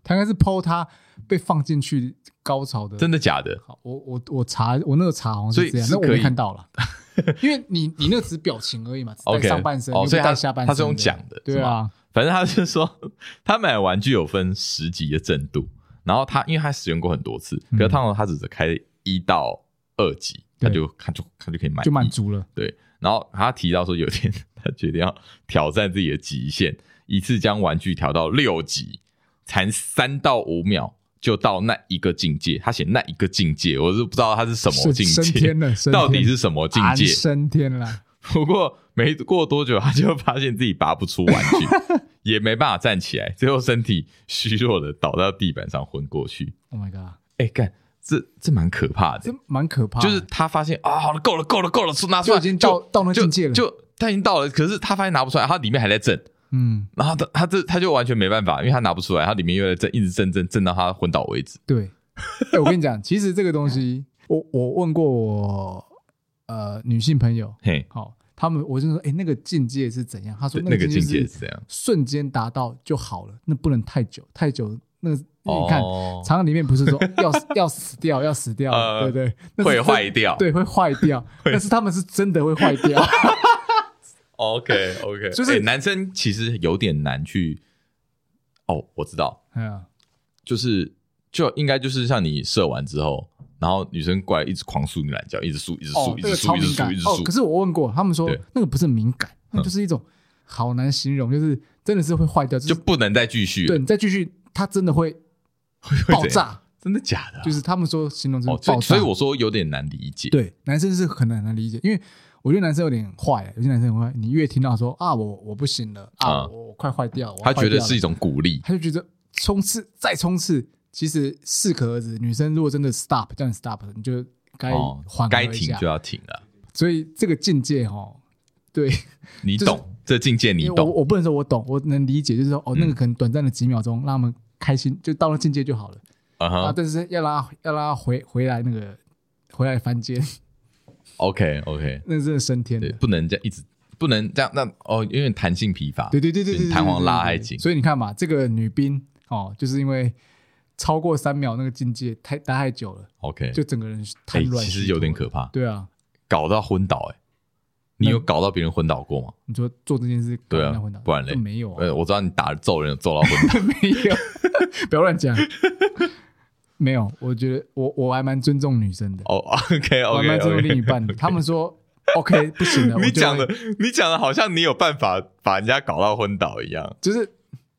S1: 他应该是剖他被放进去高潮的。
S2: 真的假的？
S1: 好，我我我查，我那个查好像
S2: 所以
S1: 是这样，
S2: 是
S1: 那我
S2: 可
S1: 没
S2: 以
S1: 看到 了，因为你你那个只是表情而已嘛，只带
S2: OK，
S1: 上半身，
S2: 哦
S1: 又不
S2: 所以他
S1: 带下半身的，
S2: 他是用讲的
S1: 对啊，
S2: 反正他是说， 他买的玩具有分十级的震度，然后他因为他使用过很多次，
S1: 嗯
S2: 可是他说他只是开一到二级，他
S1: 对
S2: 就他就他就可以买
S1: 啊就满
S2: 一
S1: 足了。
S2: 对，然后他提到说，有一天他决定要挑战自己的极限，一次将玩具调到六级，才三到五秒就到那一个境界。他写那一个境界，我是不知道他是什么
S1: 是
S2: 境
S1: 升
S2: 界
S1: 天，了，升
S2: 到
S1: 天
S2: 底是什么境
S1: 安
S2: 界？
S1: 升天了，
S2: 不过没过多久，他就发现自己拔不出玩具，也没办法站起来，最后身体虚弱的倒到地板上昏过去。
S1: Oh my god！
S2: 哎，干，这这蛮可怕的
S1: 这。蛮可怕的，
S2: 就是他发现啊，好了，够了，够了，够了，是拿出
S1: 就
S2: 来
S1: 已经到到那
S2: 就
S1: 境界了，
S2: 就他已经到了，可是他发现拿不出来，他里面还在震，
S1: 嗯，
S2: 然后他他这他就完全没办法，因为他拿不出来，他里面又在震，一直震震震到他昏倒为止。
S1: 对。哎我跟你讲，其实这个东西，我我问过我呃女性朋友，
S2: 嘿，
S1: 好、他们我就说，哎、那个境界是怎样？他说
S2: 对那
S1: 个
S2: 个境界
S1: 界
S2: 是
S1: 是
S2: 这样。
S1: 瞬间达到就好了，那不能太久，太久那个你看。
S2: 哦，
S1: 常常里面不是说要死要死掉要死掉，
S2: 呃
S1: 对不对？那是
S2: 会
S1: 真
S2: 坏掉。
S1: 对，会坏 掉。但是他们是真的会坏掉，
S2: ，OK OK，
S1: 就是
S2: 男生其实有点难去。哦，我知道，
S1: 嗯，
S2: 就是就应该就是像你射完之后，然后女生过来一直狂输你懒觉，一直输，一直
S1: 哦
S2: 输，，一直
S1: 这个超
S2: 输，一直
S1: 敏
S2: 输，
S1: 感
S2: 一直
S1: 哦
S2: 输。。
S1: 可是我问过，他们说
S2: 对嗯
S1: 那个不是敏感，那就是一种好难形容，就是真的是会坏掉，
S2: 就
S1: 就是
S2: 不能再继续了
S1: 对，你再继续，它真的会
S2: 会
S1: 爆
S2: 怎样？
S1: 炸，
S2: 真的假的啊？
S1: 就是 他们说形容是
S2: 哦，所
S1: 爆炸。
S2: 以所以我说有点难理解。
S1: 对男生是很难很难理解，因为我觉得男生有点坏，欸有些男生很坏，你越听到说啊我我不行了啊
S2: 啊
S1: 我我快坏掉，我要
S2: 他觉
S1: 坏
S2: 得
S1: 掉了
S2: 是一种鼓励，
S1: 他就觉得冲刺再冲刺，其实适可而止。女生如果真的 stop 叫你 stop，你就该
S2: 哦
S1: 缓，和
S2: 该
S1: 一
S2: 停
S1: 下
S2: 就。要停了。
S1: 所以这个境界哈，对，
S2: 你
S1: 就是
S2: 懂这境界，你
S1: 因为我
S2: 懂。嗯
S1: 我不能说我懂，我能理解，就是说哦，那个可能短暂的几秒钟，让他们开心，就到了境界就好了
S2: 嗯
S1: 啊。
S2: 哼
S1: 但是要让他要让他回回来那个回来凡间，
S2: ，OK OK，
S1: 那真的升天的
S2: 对，。不能这样一直，不能这样，那哦，因为弹性疲乏。
S1: 对对对对
S2: 就是
S1: 对，
S2: 弹簧
S1: 对对
S2: 拉
S1: 对
S2: 还
S1: 对
S2: 紧
S1: 所以你看嘛，这个女兵哦，就是因为超过三秒那个境界太待太久了，
S2: ，OK，
S1: 就整个人
S2: 哎
S1: 瘫，软。
S2: 其实有点可怕，
S1: 对啊，
S2: 搞到昏倒，哎，你
S1: 那
S2: 有搞到别人昏倒过吗？
S1: 你说做这件事，
S2: 对啊
S1: 搞人家昏倒
S2: 不然嘞
S1: 都没有啊，
S2: 呃，我知道你打揍人有揍到昏 倒
S1: 没有，不要乱讲，没有。我觉得我我还蛮尊重女生的，
S2: 哦，OK
S1: 我还
S2: OK
S1: 蛮尊重另一
S2: OK。
S1: 半的。他们说 OK 不行的，我
S2: 你
S1: 就
S2: 讲
S1: 会
S2: 的，你讲的好像你有办法把人家搞到昏倒一样，
S1: 就是，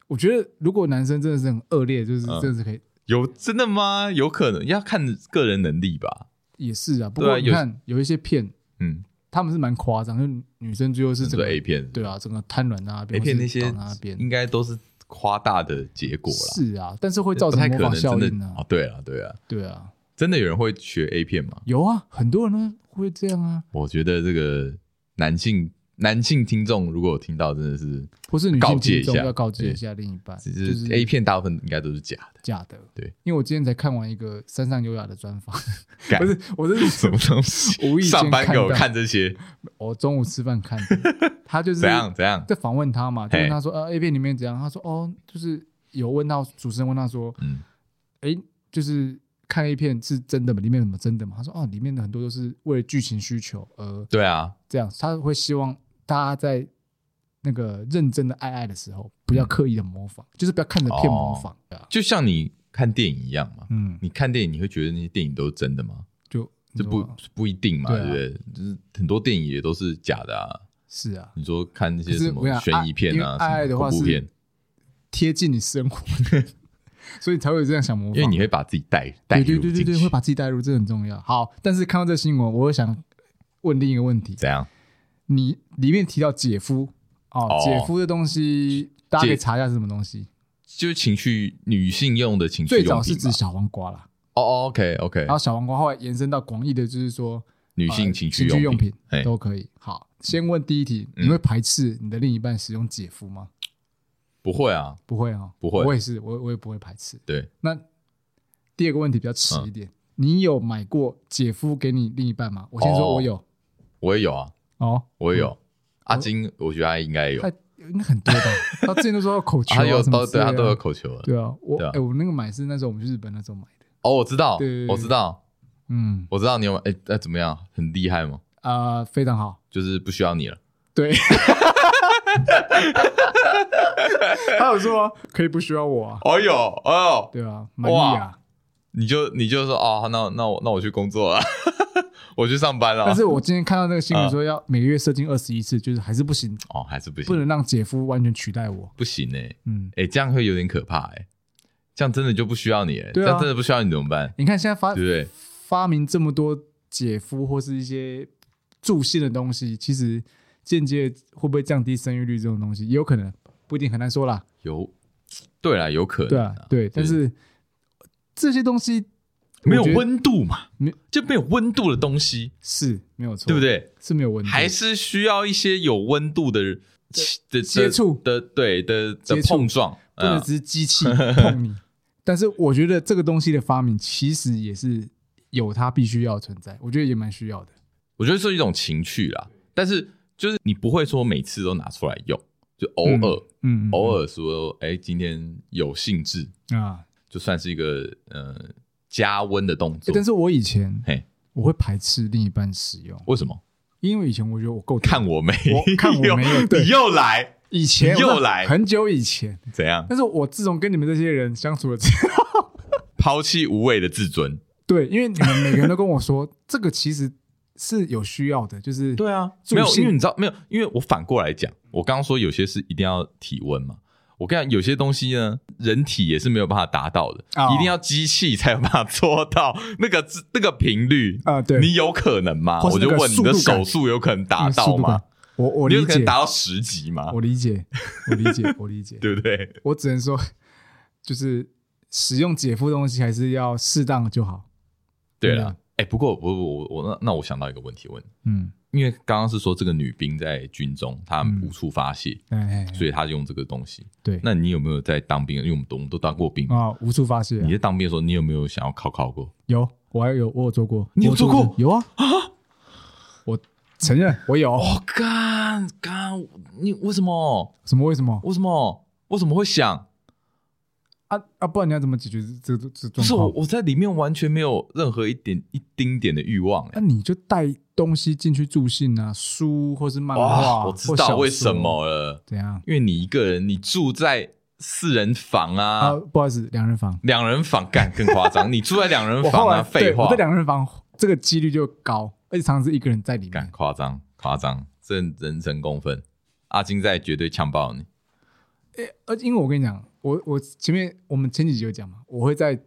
S1: 我觉得如果男生真的是很恶劣，就是
S2: 嗯
S1: 真的是可以，
S2: 有真的吗？有可能要看个人能力吧。
S1: 也是啊。不
S2: 对啊
S1: 过你
S2: 有
S1: 看有一些片，
S2: 嗯，
S1: 他们是蛮夸张，就女生最后是整
S2: 做
S1: 个
S2: A 片
S1: 对啊，整个瘫软啊
S2: ，A 片那
S1: 或
S2: 些
S1: 是倒在那边
S2: 应该都是夸大的结果啦，
S1: 是啊，但是会造
S2: 不
S1: 成
S2: 太
S1: 模
S2: 可
S1: 仿
S2: 能
S1: 效
S2: 真
S1: 应
S2: 的
S1: 啊。
S2: 哦，对啊，对啊，
S1: 对啊，
S2: 真的有人会学 A 片吗？
S1: 有啊，很多人呢会这样啊，
S2: 我觉得这个男性男性听众如果有听到，真的是，
S1: 或是女
S2: 告
S1: 性
S2: 诫
S1: 听
S2: 一
S1: 众
S2: 下
S1: 要告诫一下另一半，
S2: 其
S1: 就
S2: 实
S1: 是
S2: A 片大部分应该都是假的，
S1: 假的。
S2: 哎对，
S1: 因为我今天才看完一个山上优雅的专访，
S2: 干
S1: 不是，我这是
S2: 什么东西？
S1: 无意间
S2: 上班给我
S1: 看到
S2: 看这些，
S1: 我中午吃饭看的，他就是
S2: 怎样怎样？
S1: 在访问他嘛，就
S2: 嘿
S1: 问他说呃 A 片里面怎样，他说哦就是有问到主持人问他说，
S2: 嗯，
S1: 诶，就是看 A 片是真的吗？里面有什么真的吗？他说哦里面的很多都是为了剧情需求而
S2: 对啊，
S1: 这样，他会希望大家在。那个认真的爱爱的时候，不要刻意的模仿，就是不要看着片模
S2: 哦
S1: 仿，对啊，
S2: 就像你看电影一样嘛，
S1: 嗯，
S2: 你看电影你会觉得那些电影都是真的吗？
S1: 就
S2: 这不
S1: 你说
S2: 不一定嘛，
S1: 对
S2: 对
S1: 啊
S2: 不对？就是很多电影也都是假的啊。
S1: 是啊，
S2: 你说看那
S1: 可
S2: 些
S1: 是
S2: 什
S1: 我
S2: 么
S1: 想
S2: 悬疑片啊，
S1: 爱因为爱爱
S2: 什
S1: 的
S2: 么
S1: 话
S2: 恐怖
S1: 是
S2: 片，
S1: 贴近你生活， 所以才会有这样想模仿。
S2: 因为你会把自己带带
S1: 对
S2: 入
S1: 对
S2: 进去，
S1: 对对对，会把自己带入，这很重要。好，但是看到这新闻，我又想问另一个问题：
S2: 怎样？
S1: 你里面提到姐夫哦，
S2: 哦
S1: 姐夫的东西，大家可以查一下是什么东西。
S2: 就是情绪女性用的情绪
S1: 最
S2: 用
S1: 早是
S2: 品
S1: 指
S2: 吧
S1: 小黄瓜啦，
S2: 哦，OK OK，
S1: 然后小黄瓜后来延伸到广义的，就是说
S2: 女性
S1: 呃
S2: 情
S1: 情
S2: 用
S1: 趣用
S2: 品
S1: 品，
S2: 哎，
S1: 都可以。好，先问第一题，
S2: 嗯
S1: 你会排斥你的另一半使用姐夫吗？
S2: 不会啊，
S1: 不会哦，
S2: 不会
S1: 我也是，我我也不会排斥。
S2: 对，
S1: 那第二个问题比较迟
S2: 嗯
S1: 一点，你有买过姐夫给你另一半吗？我先说
S2: 哦
S1: 我有
S2: 我也有啊，
S1: 哦，
S2: 我也有。阿金，我觉得他应该有，
S1: 他
S2: 啊
S1: 应该很多吧？他之前都说要口球啊
S2: 他有
S1: 什么
S2: 都
S1: 之
S2: 对
S1: 类的
S2: 他
S1: 啊
S2: 都有口球了。
S1: 对啊，我
S2: 对啊
S1: 哎，我那个买是那时候我们去日本那时候买的，
S2: 哦，我知道
S1: 对对，对
S2: 我知道，
S1: 嗯
S2: 我知道你有买，哎，那怎么样？很厉害吗？
S1: 啊，非常好，
S2: 就是不需要你了。
S1: 对。 他有说可以不需要我啊，
S2: 哦哟，哦哟，
S1: 对啊，满意
S2: 哇
S1: 啊。
S2: 你就你就说哦，那那我那我去工作了， 我去上班了。
S1: 但是我今天看到那个新闻
S2: 啊
S1: 说要每个月射精二十一次，就是还是不行，
S2: 哦，还是不行，
S1: 不能让姐夫完全取代我。
S2: 不行哎、
S1: 嗯，
S2: 哎、这样会有点可怕哎、这样真的就不需要你哎、
S1: 对啊
S2: 这样真的不需要你怎么办？
S1: 你看现在发
S2: 对不对？
S1: 发明这么多姐夫或是一些助兴的东西，其实间接会不会降低生育率这种东西，也有可能，不一定很难说啦。
S2: 啊有，对啦，有可
S1: 对
S2: 能、
S1: 啊，对，但是这些东西
S2: 没有
S1: 我觉得
S2: 温度嘛，
S1: 没嗯
S2: 就没有温度的东西，
S1: 是没有错，
S2: 对不？对？
S1: 是没有问题，
S2: 还是需要一些有温度的的的
S1: 接触
S2: 的，对的的
S1: 接触
S2: 碰撞，
S1: 不能
S2: 嗯
S1: 只是机器 碰你。但是我觉得这个东西的发明其实也是有它必须要的存在，我觉得也蛮需要的。
S2: 我觉得是一种情趣啦，但是就是你不会说每次都拿出来用，就偶尔、
S1: 嗯，嗯
S2: 偶尔说，哎、今天有兴致，
S1: 啊、
S2: 就算是一个呃加温的动
S1: 欸
S2: 作。
S1: 但是我以前
S2: 嘿
S1: 我会排斥另一半使用，
S2: 为什么？
S1: 因为以前我觉得我 够
S2: 看我没有，
S1: 我看我没有对
S2: 你又来，
S1: 以前
S2: 你又
S1: 我在
S2: 来
S1: 很久以前，
S2: 怎样？
S1: 但是我自从跟你们这些人相处了之后，
S2: 抛弃无谓的自尊。
S1: 对，因为你们每个人都跟我说， 这个其实是有需要的，就是
S2: 对啊，
S1: 助
S2: 没有，
S1: 兴
S2: 因为你知道没有，因为我反过来讲，我刚刚说有些是一定要体温嘛。我跟你讲，有些东西呢，人体也是没有办法达到的，
S1: 哦
S2: 一定要机器才有办法做到那个那个频率
S1: 啊、对，
S2: 你有可能吗？
S1: 或
S2: 我
S1: 是
S2: 就
S1: 那个
S2: 问你的
S1: 速度感
S2: 手速有可能达
S1: 嗯速
S2: 到
S1: 度
S2: 吗
S1: 感？我我
S2: 你
S1: 理
S2: 有可能
S1: 解，
S2: 达到十级吗？
S1: 我理解，我理解，我理解，
S2: 对不对？啊
S1: 我只能说， 就是使用姐夫的东西还是要适当就好。
S2: 对
S1: 对
S2: 了
S1: 啊，
S2: 哎、不过我我我那那我想到一个问题问你，
S1: 嗯，
S2: 因为刚刚是说这个女兵在军中她
S1: 嗯
S2: 无处发泄，
S1: 哎，哎哎
S2: 所以她用这个东西。
S1: 对，
S2: 那你有没有在当兵？因为我们都我们都当过兵，
S1: 啊，无处发泄啊
S2: 你在当兵的时候，你有没有想要考考过？
S1: 有，我还有我有做过，
S2: 你有
S1: 我
S2: 做过
S1: 有啊我承认我有，
S2: 哦，干干，你为什么？
S1: 什么为什么
S2: 为什么？为什么会想？
S1: 啊啊？不然你要怎么解决这这这
S2: 不
S1: 状
S2: 是我，
S1: 况？
S2: 我在里面完全没有任何一点一丁点的欲望、
S1: 那
S2: 欸。
S1: 你就带东西进去助兴啊，书或是漫
S2: 哇，
S1: 画，
S2: 我知
S1: 或小
S2: 道
S1: 说
S2: 为什么了。
S1: 怎样
S2: 因为你一个人，你住在四人房啊，
S1: 啊？不好意思，两人房，
S2: 两人房干更夸张，你住在两人
S1: 我
S2: 房
S1: 后
S2: 啊，
S1: 来对
S2: 废话
S1: 我在，两人房这个几率就高，而且常常是一个人在里
S2: 干
S1: 面。
S2: 夸张夸张，这人神共愤。阿金在绝对呛爆你，
S1: 而因为我跟你讲，我我前面我们前几集有讲嘛，我会在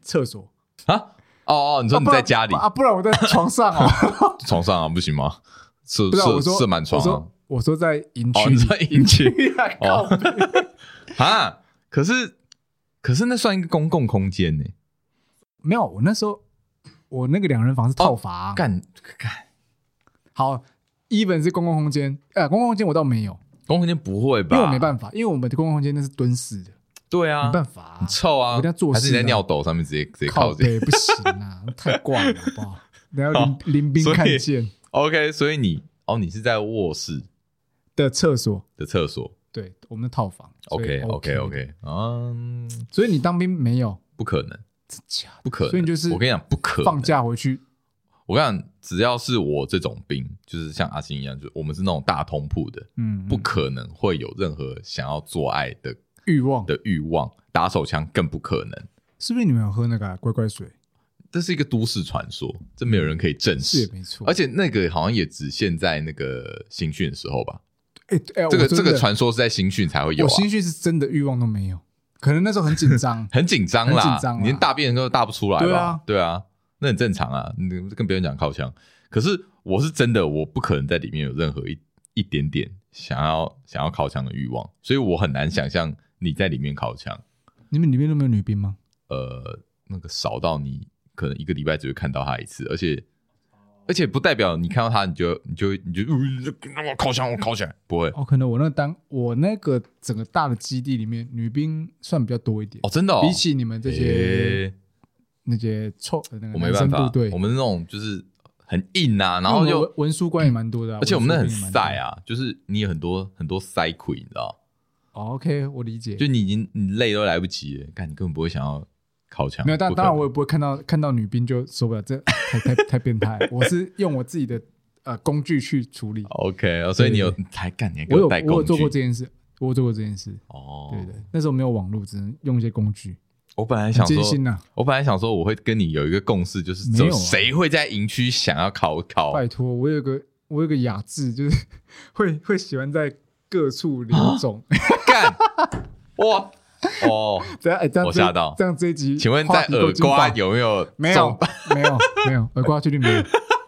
S1: 厕所，
S2: 哦哦，你说你
S1: 啊不
S2: 在
S1: 然
S2: 家里、
S1: 啊，不然我在床上啊。
S2: 床上啊，不行吗？是
S1: 不是啊我
S2: 是
S1: 说
S2: 是满床
S1: 我
S2: 啊
S1: 说我说在营
S2: 哦
S1: 区
S2: 你
S1: 里，
S2: 在营区
S1: 啊靠
S2: 哦啊，可是可是那算一个公共空间呢、
S1: 没有，我那时候我那个两人房是套房、啊
S2: 哦干干
S1: 好，even 是公共空间，呃，公共空间我倒没有，
S2: 公共空间不会吧？
S1: 因为我没办法，因为我们的公共空间那是蹲式的，
S2: 对啊
S1: 没，办法、啊
S2: 很，臭啊，
S1: 我一定要做
S2: 还是你
S1: 事
S2: 在
S1: 啊
S2: 尿斗上面直接直接靠
S1: 靠
S2: 近？
S1: 背不行 啊，太怪了，好不好？然后
S2: 好
S1: 林林兵
S2: 所以
S1: 看见
S2: OK，所以你哦，你是在卧室
S1: 的厕所，
S2: 的厕所。
S1: 对，我们的套房所
S2: OK
S1: 以
S2: OK
S1: OK，
S2: OK，嗯，
S1: 所以你当兵没有，
S2: 不可能，
S1: 真假的
S2: 不可能。
S1: 所以你就是
S2: 我跟你讲，不可
S1: 放
S2: 能。
S1: 假回去
S2: 我跟你讲，只要是我这种兵，就是像阿星一样，就是我们是那种大通铺的，
S1: 嗯，
S2: 不可能会有任何想要做爱的
S1: 欲望，
S2: 的欲望，打手枪更不可能。
S1: 是不是你们有喝那个啊乖乖水？
S2: 这是一个都市传说，这没有人可以证
S1: 嗯是也
S2: 实。
S1: 没错，
S2: 而且那个好像也只限在那个新训的时候吧，
S1: 哎、哎，
S2: 这
S1: 我
S2: 个
S1: 真
S2: 这个
S1: 的
S2: 传说是在新训才会有
S1: 我
S2: 啊，。
S1: 心绪是真的欲望都没有，可能那时候很紧 张
S2: 很紧张啦，
S1: 很紧张啦
S2: 你连大便都大不出来吧？
S1: 对啊
S2: 对啊，那很正常啊，你跟别人讲靠墙。可是我是真的，我不可能在里面有任何一一点点想要想要靠墙的欲望，所以我很难想象你在里面靠墙，
S1: 你们里面都没有女兵吗？
S2: 呃，那个少到你可能一个礼拜只会看到他一次，而且而且不代表你看到他你就你就你就呃我靠墙我靠墙不会
S1: 哦，可能我那个当我那个整个大的基地里面，女兵算比较多一点，
S2: 哦，真的、哦，
S1: 比起你们这些、
S2: 诶
S1: 那些臭那个
S2: 我没
S1: 男
S2: 办
S1: 生部
S2: 法
S1: 队，，
S2: 我们那种就是很硬啊，然后
S1: 因为
S2: 又
S1: 我们文文书官也蛮多的啊、
S2: 而且我们那很
S1: 文书兵也蛮多
S2: 晒。啊，就是你有很多很多 cycle，你知道，
S1: 哦，OK，我理解。
S2: 就你已经你累都来不及了，看你根本不会想要靠墙。
S1: 没有，但
S2: 不可
S1: 当
S2: 能
S1: 然我也不会看到看到女兵就受不了，这 太太太变态了。我是用我自己的呃工具去处理。
S2: OK，哦所以你有
S1: 对
S2: 才干，你还给
S1: 我有
S2: 带
S1: 我有
S2: 工
S1: 做过
S2: 具
S1: 这件事，我有做过这件事。
S2: 哦。
S1: 对对，那时候没有网络，只能用一些工具，啊
S2: 我本来
S1: 很
S2: 想
S1: 艰辛
S2: 说，
S1: 呐、
S2: 我本来想说我会跟你有一个共识，就是
S1: 没有啊
S2: 谁会在营区想要考考
S1: 拜托，我有个我有个雅致，就是 会会喜欢在 各处流走。
S2: 干？哇哦，
S1: 这样哎，这样
S2: 我
S1: 这
S2: 吓到
S1: 这样这一集，
S2: 请问在耳刮？有没有中？
S1: 没有没有没有耳刮确定没有，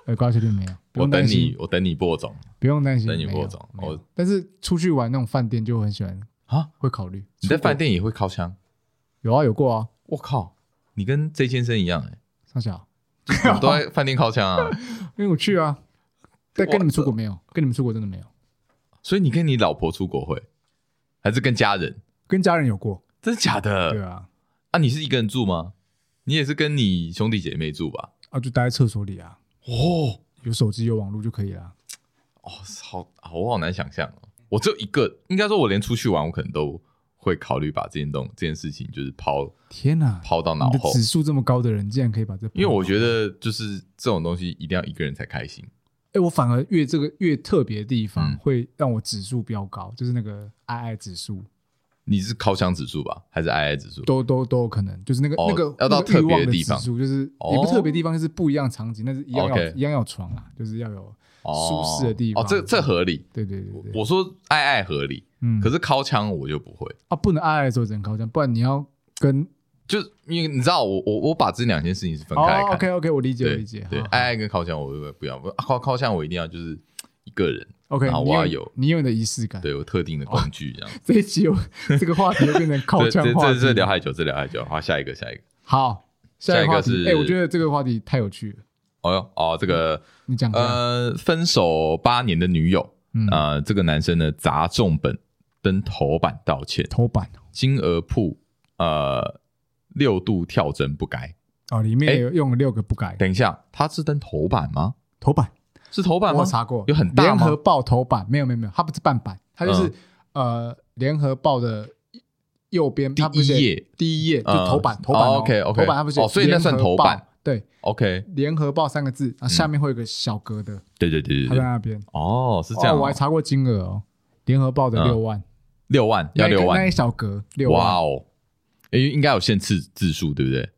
S1: 耳刮确定没有。不
S2: 我
S1: 用
S2: 等
S1: 担心
S2: 你，，我等你播种。
S1: 不用担心，
S2: 等你
S1: 没有
S2: 播种
S1: 没有
S2: 我
S1: 但是出去玩那种饭店就很喜欢
S2: 啊，
S1: 会考虑。
S2: 你在
S1: 出国
S2: 饭店也会靠墙？
S1: 有啊有过啊，
S2: 我靠，你跟 J 先生一样哎、
S1: 上小，
S2: 我们都在饭店靠墙啊。
S1: 因为我去啊，但跟你们出国没有，跟你们出国真的没有，
S2: 所以你跟你老婆出国会，还是跟家人？
S1: 跟家人有过，
S2: 真的假
S1: 对
S2: 的？
S1: 啊，
S2: 啊，你是一个人住吗？你也是跟你兄弟姐妹住吧？
S1: 啊就待在厕所里啊，
S2: 哦
S1: 有手机有网络就可以啦。
S2: 哦，好，好我好难想象哦。我只有一个，应该说，我连出去玩，我可能都会考虑把这件东这件事情就是抛
S1: 天哪，
S2: 抛到脑
S1: 你的
S2: 后，
S1: 指数这么高的人，竟然可以把这，
S2: 因为我觉得就是这种东西一定要一个人才开心。
S1: 哎，我反而越这个越特别的地方
S2: 嗯
S1: 会让我指数飙高，就是那个 I I 指数
S2: 你是靠墙指数吧，还是 I I 指数？
S1: 都都都有可能，就是那个
S2: 哦
S1: 那个
S2: 要到
S1: 那个欲
S2: 特别
S1: 望
S2: 的
S1: 的
S2: 地方
S1: 指数，就是
S2: 哦
S1: 也不特别地方，就是不一样场景，但是一样要
S2: OK
S1: 一样要有床啊，就是要有，
S2: 哦
S1: 舒适的地方
S2: 哦，这这合理。
S1: 对对对对，
S2: 我说爱爱合理，
S1: 嗯，
S2: 可是靠墙我就不会，
S1: 啊不能 I I 的时候只能高这样，不然你要跟
S2: 就是因为你知道我我我把这两件事情是分
S1: 哦
S2: 开来看。
S1: OK OK 我理解我
S2: 对
S1: 理解，
S2: 对，
S1: 好
S2: 爱爱跟靠墙我不不要，我靠靠墙我一定要就是一个人，
S1: OK，
S2: 然后
S1: 你
S2: 我要有
S1: 你有你的仪式感，
S2: 对我特定的工具这样。
S1: 这一集我这个话题又变成哦靠
S2: 这
S1: 墙
S2: 这
S1: 话
S2: 这
S1: 题，
S2: 这聊太久，这聊太久，好，下一个下一个。
S1: 好，下一
S2: 下一
S1: 个
S2: 个
S1: 话题，
S2: 是
S1: 哎、我觉得这个话题太有趣了，
S2: 哦哟哦，这个
S1: 你讲一下
S2: 呃，分手八年的女友，
S1: 嗯，
S2: 呃，这个男生呢砸重本登头版道歉，
S1: 头版
S2: 金额铺呃六度跳针不改。
S1: 哦，里
S2: 哎
S1: 面有用了六个不改，
S2: 等一下，他是登头版吗？
S1: 头版
S2: 是头版吗
S1: 我？查过，
S2: 有很大
S1: 联
S2: 吗
S1: 合报头版没有没有没有，它不是半版，它就是、呃联合报的右边
S2: 嗯第
S1: 它不
S2: 一
S1: 是写
S2: 页
S1: 第一页就
S2: 嗯
S1: 头版、头版、
S2: 哦，OK，OK
S1: 头版它不是写
S2: 哦所以那算头版
S1: 联合报对。
S2: ，OK，
S1: 联合报三个字啊，下面会有个小格的，
S2: 对对对
S1: 它
S2: 对
S1: 在
S2: 对，
S1: 那边。
S2: 哦，是这
S1: 哦
S2: 样
S1: 我
S2: 哦
S1: 还，查过金额哦，联合报的
S2: 嗯
S1: 六万，
S2: 六万要
S1: 那一个
S2: 六
S1: 那
S2: 万
S1: 一，小格六万
S2: 哇，哦，因为应该有限次字数，对不对？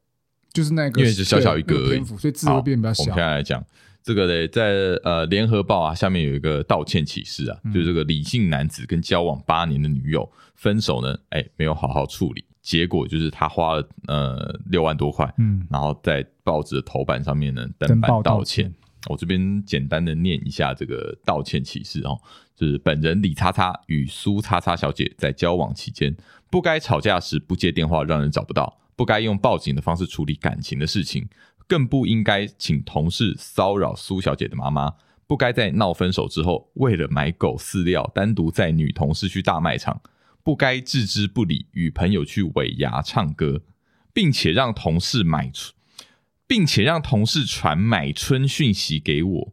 S1: 就是那个
S2: 因为只小小一格
S1: 对那
S2: 而已
S1: 篇幅，所以字
S2: 好，
S1: 会变比较
S2: 我
S1: 小
S2: 们现。在来讲这个嘞，在呃联合报啊下面有一个道歉启事啊，
S1: 嗯
S2: 就是这个理性男子跟交往八年的女友分手呢，哎，没有好好处理，结果就是他花了呃六万多块，
S1: 嗯，
S2: 然后在报纸的头版上面呢
S1: 登
S2: 登
S1: 报
S2: 版
S1: 道
S2: 道歉
S1: 歉。
S2: 我这边简单的念一下这个道歉启事哦，就是本人李叉叉与苏叉叉小姐在交往期间，不该吵架时不接电话让人找不到，不该用报警的方式处理感情的事情，更不应该请同事骚扰苏小姐的妈妈，不该在闹分手之后为了买狗饲料单独载女同事去大卖场，不该置之不理与朋友去尾牙唱歌，并且让同事买出。并且让同事传买春讯息给我，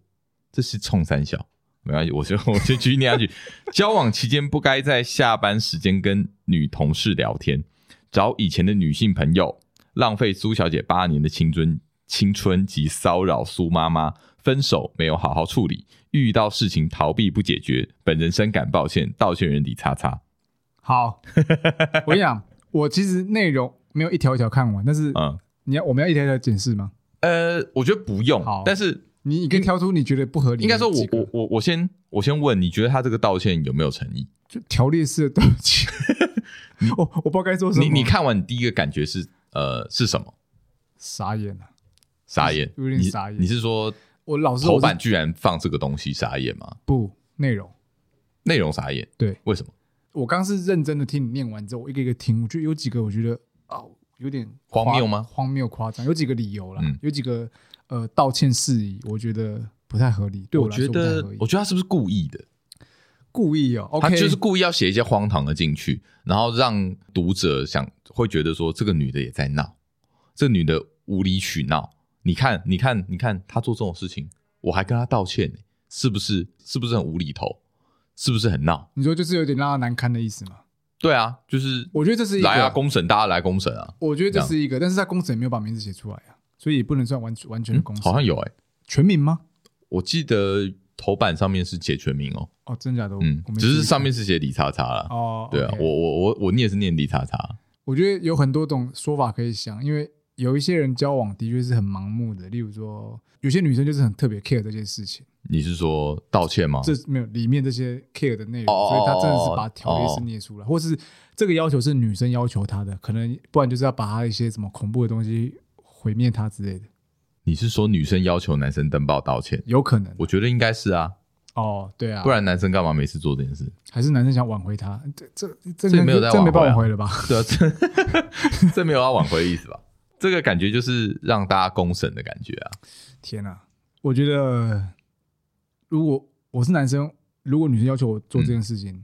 S2: 这是冲三小，没关系，我就 我就继续念下去。交往期间不该在下班时间跟女同事聊天，找以前的女性朋友，浪费苏小姐八年的青春青春及骚扰苏妈妈。分手没有好好处理，遇到事情逃避不解决，本人深感抱歉。道歉人李叉叉，
S1: 好，我跟你讲，我其实内容没有一条一条看完，但是
S2: 嗯，
S1: 你要我们要一条一条检视吗？
S2: 呃，我觉得不用
S1: 好，
S2: 但是
S1: 你你可以挑出你觉得不合理的
S2: 应该说我
S1: 几个
S2: 我我我先我先问，你觉得他这个道歉有没有诚意？
S1: 就条列式的对不 起，我我不知道该做什么。
S2: 你你看完你第一个感觉是呃是什么？
S1: 傻眼了，
S2: 傻眼，
S1: 有点
S2: 你
S1: 傻眼
S2: 你是说
S1: 我老实说
S2: 头
S1: 我是
S2: 版居然放这个东西傻眼吗？
S1: 不内容，
S2: 内容傻眼，
S1: 对
S2: 为什么？
S1: 我刚是认真的听你念完之后，我一个一个听，我觉得有几个我觉得啊有点夸
S2: 荒谬吗
S1: 荒谬夸张，有几个理由啦
S2: 嗯，
S1: 有几个呃道歉事宜，我觉得不太合理，对
S2: 我
S1: 来
S2: 觉
S1: 说不太
S2: 得
S1: 合理
S2: 我，觉得他是不是故意的？
S1: 故意哦
S2: 他
S1: ，OK，
S2: 就是故意要写一些荒唐的进去，然后让读者想会觉得说这个女的也在闹，这女的无理取闹。你看，你看，你看，她做这种事情，我还跟她道歉呢，是不是？是不是很无厘头？是不是很闹？
S1: 你说就是有点让他难堪的意思嘛？
S2: 对啊，就是
S1: 我觉得这是一个，
S2: 来啊，公审，大家来公审啊，
S1: 我觉得这是一个，但是他公审没有把名字写出来啊，所以也不能算完完全的公审。
S2: 好像有哎、
S1: 全名吗？
S2: 我记得头版上面是写全名哦，
S1: 哦，真假的，我
S2: 嗯
S1: 我，没
S2: 只
S1: 注
S2: 是
S1: 意
S2: 上面是写李叉叉啦。
S1: 哦，
S2: 对啊，
S1: OK
S2: 我我我我念是念李叉叉，
S1: 我觉得有很多种说法可以想，因为有一些人交往的确是很盲目的，例如说有些女生就是很特别 care 这件事情，
S2: 你是说道歉吗？
S1: 这没有里面这些 care 的内容，
S2: 哦
S1: 所以她真的是把条列式列出来，或是这个要求是女生要求她的，可能不然就是要把她一些什么恐怖的东西毁灭她之类的，
S2: 你是说女生要求男生登报道歉？
S1: 有可能
S2: 我觉得应该是啊，
S1: 哦，对啊，
S2: 不然男生干嘛每次做这件事？
S1: 还是男生想挽回她，这这这
S2: 这没有在
S1: 这没办法
S2: 挽
S1: 挽
S2: 回啊
S1: 回了吧？
S2: 对啊，这这没有要挽回的意思吧？这个感觉就是让大家公审的感觉啊。
S1: 天哪、我觉得如果我是男生，如果女生要求我做
S2: 嗯
S1: 这件事情，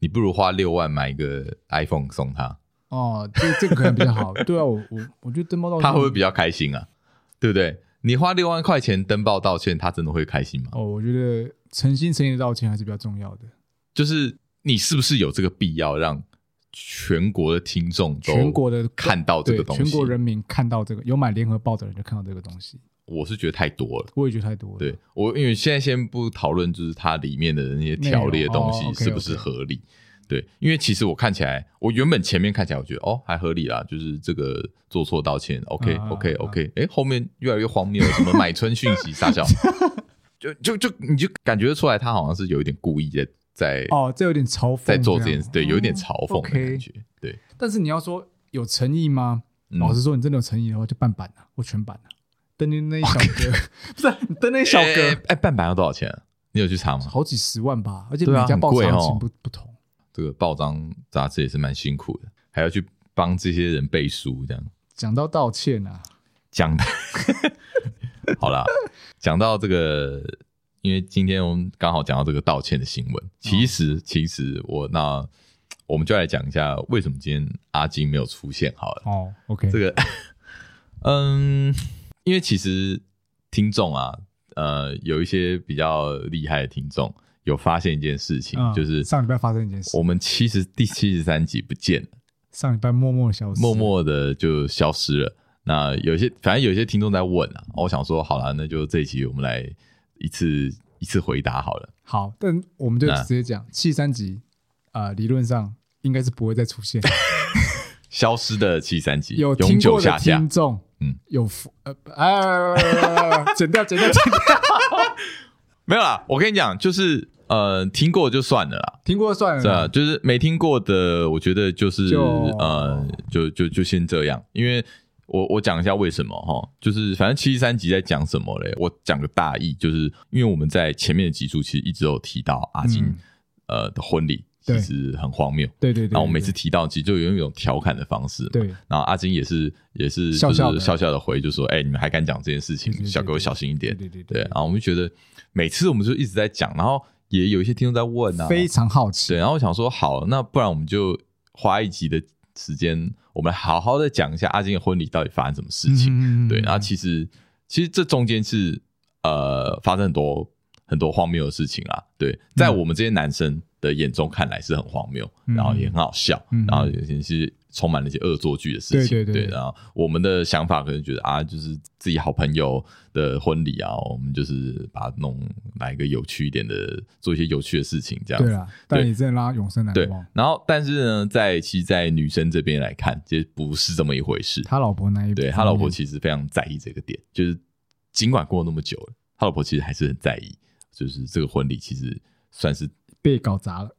S2: 你不如花六万买一个 iPhone 送他，
S1: 哦，这这个可能比较好。对啊，我我我觉得登报道
S2: 他会不会比较开心啊？对不对？你花六万块钱登报道歉，他真的会开心吗？
S1: 哦，我觉得诚心诚意的道歉还是比较重要的。
S2: 就是你是不是有这个必要让全国的听众都
S1: 全国的
S2: 看到这
S1: 对
S2: 个东西？
S1: 全国人民看到这个，有买联合报的人就看到这个东西，
S2: 我是觉得太多了。
S1: 我也觉得太多了。
S2: 对我，因为现在先不讨论，就是它里面的那些条例的东
S1: 内容哦
S2: 西
S1: ，OK，OK
S2: 是不是合理。对，因为其实我看起来，我原本前面看起来，我觉得哦还合理啦，就是这个做错道歉，OK
S1: 啊
S2: OK
S1: 啊
S2: OK，哎、后面越来越荒谬，什么买春讯息傻 笑，就就就你就感觉得出来，他好像是有一点故意在在、
S1: 哦，这有点嘲讽，
S2: 在做这
S1: 样哦
S2: 件事，对，有一点嘲讽的
S1: OK
S2: 感觉，对，
S1: 但是你要说有诚意吗？
S2: 嗯
S1: 老实说，你真的有诚意的话，就半版啊，或全版啊。登那那一小格，不是啊你登那一小
S2: 哎哎
S1: 格，
S2: 哎半版要多少钱啊、你有去查吗？
S1: 好几十万吧，而且
S2: 对啊
S1: 每家报
S2: 很贵
S1: 行
S2: 哦
S1: 情不不同。
S2: 这个报章杂志也是蛮辛苦的，还要去帮这些人背书，这样。
S1: 讲到道歉啊，
S2: 讲的， 好啦，讲到这个，因为今天我们刚好讲到这个道歉的新闻。其实，其实我那我们就来讲一下为什么今天阿金没有出现好了。
S1: 哦，OK，
S2: 这个，嗯，因为其实听众啊，呃，有一些比较厉害的听众有发现一件事情，
S1: 嗯
S2: 就是
S1: 上礼拜发生一件事
S2: 我们七十第七十三集不见了。
S1: 上礼拜默默消失，
S2: 默默的就消失了。那有些反正有些听众在问啊，我想说好了，那就这一集我们来一次一次回答好了。
S1: 好，但我们就
S2: 啊
S1: 直接讲七三集，呃，理论上应该是不会再出现。
S2: 消失的七三集
S1: 有
S2: 永
S1: 听
S2: 久
S1: 过的
S2: 下架
S1: 听，众，
S2: 嗯，
S1: 有福呃，哎，剪掉，剪掉，剪掉，
S2: 没有啦。我跟你讲，就是呃听过就算了啦，
S1: 听过算了
S2: 是啊，
S1: 啦，
S2: 就是没听过的，我觉得就是
S1: 嗯就
S2: 呃就就就先这样，因为。我我讲一下为什么哈，就是反正七十三集在讲什么嘞？我讲个大意，就是因为我们在前面的集数其实一直有提到阿金、
S1: 嗯
S2: 呃的婚礼其
S1: 对
S2: 实很荒谬，
S1: 对对对，
S2: 然后我每
S1: 对
S2: 次提到，其实就有一种调侃的方式。。
S1: 对
S2: 然后阿金也是也是
S1: 笑笑
S2: 就
S1: 的
S2: 是笑笑的回，就说：“哎、你们还敢讲这件事情
S1: 对对？对
S2: 小狗小心一点。
S1: 对对”
S2: 对，然啊后我们就觉得每次我们就一直在讲，然后也有一些听众在问啊，
S1: 非常好奇，
S2: 对，然后我想说，好，那不然我们就花一集的时间，我们好好的讲一下阿金的婚礼到底发生什么事情。
S1: 嗯
S2: 对，啊然后其实其实这中间是呃发生很多很多荒谬的事情啊。对，在我们这些男生的眼中看来是很荒谬，
S1: 嗯
S2: 然后也很好笑，
S1: 嗯
S2: 然后有些是充满了一些恶作剧的事情。
S1: 对对对
S2: 然后我们的想法可能觉得啊，就是自己好朋友的婚礼啊，我们就是把它弄来一个有趣一点的，做一些有趣的事情这样
S1: 对
S2: 子。
S1: 啊啦，但你真的让他永生难
S2: 对
S1: 忘。，
S2: 然后但是呢，在其实，在女生这边来看，其实不是这么一回事。
S1: 他老婆那一
S2: 对
S1: 方面
S2: 他老婆其实非常在意这个点，就是尽管过了那么久了，他老婆其实还是很在意，就是这个婚礼其实算是
S1: 被搞砸了，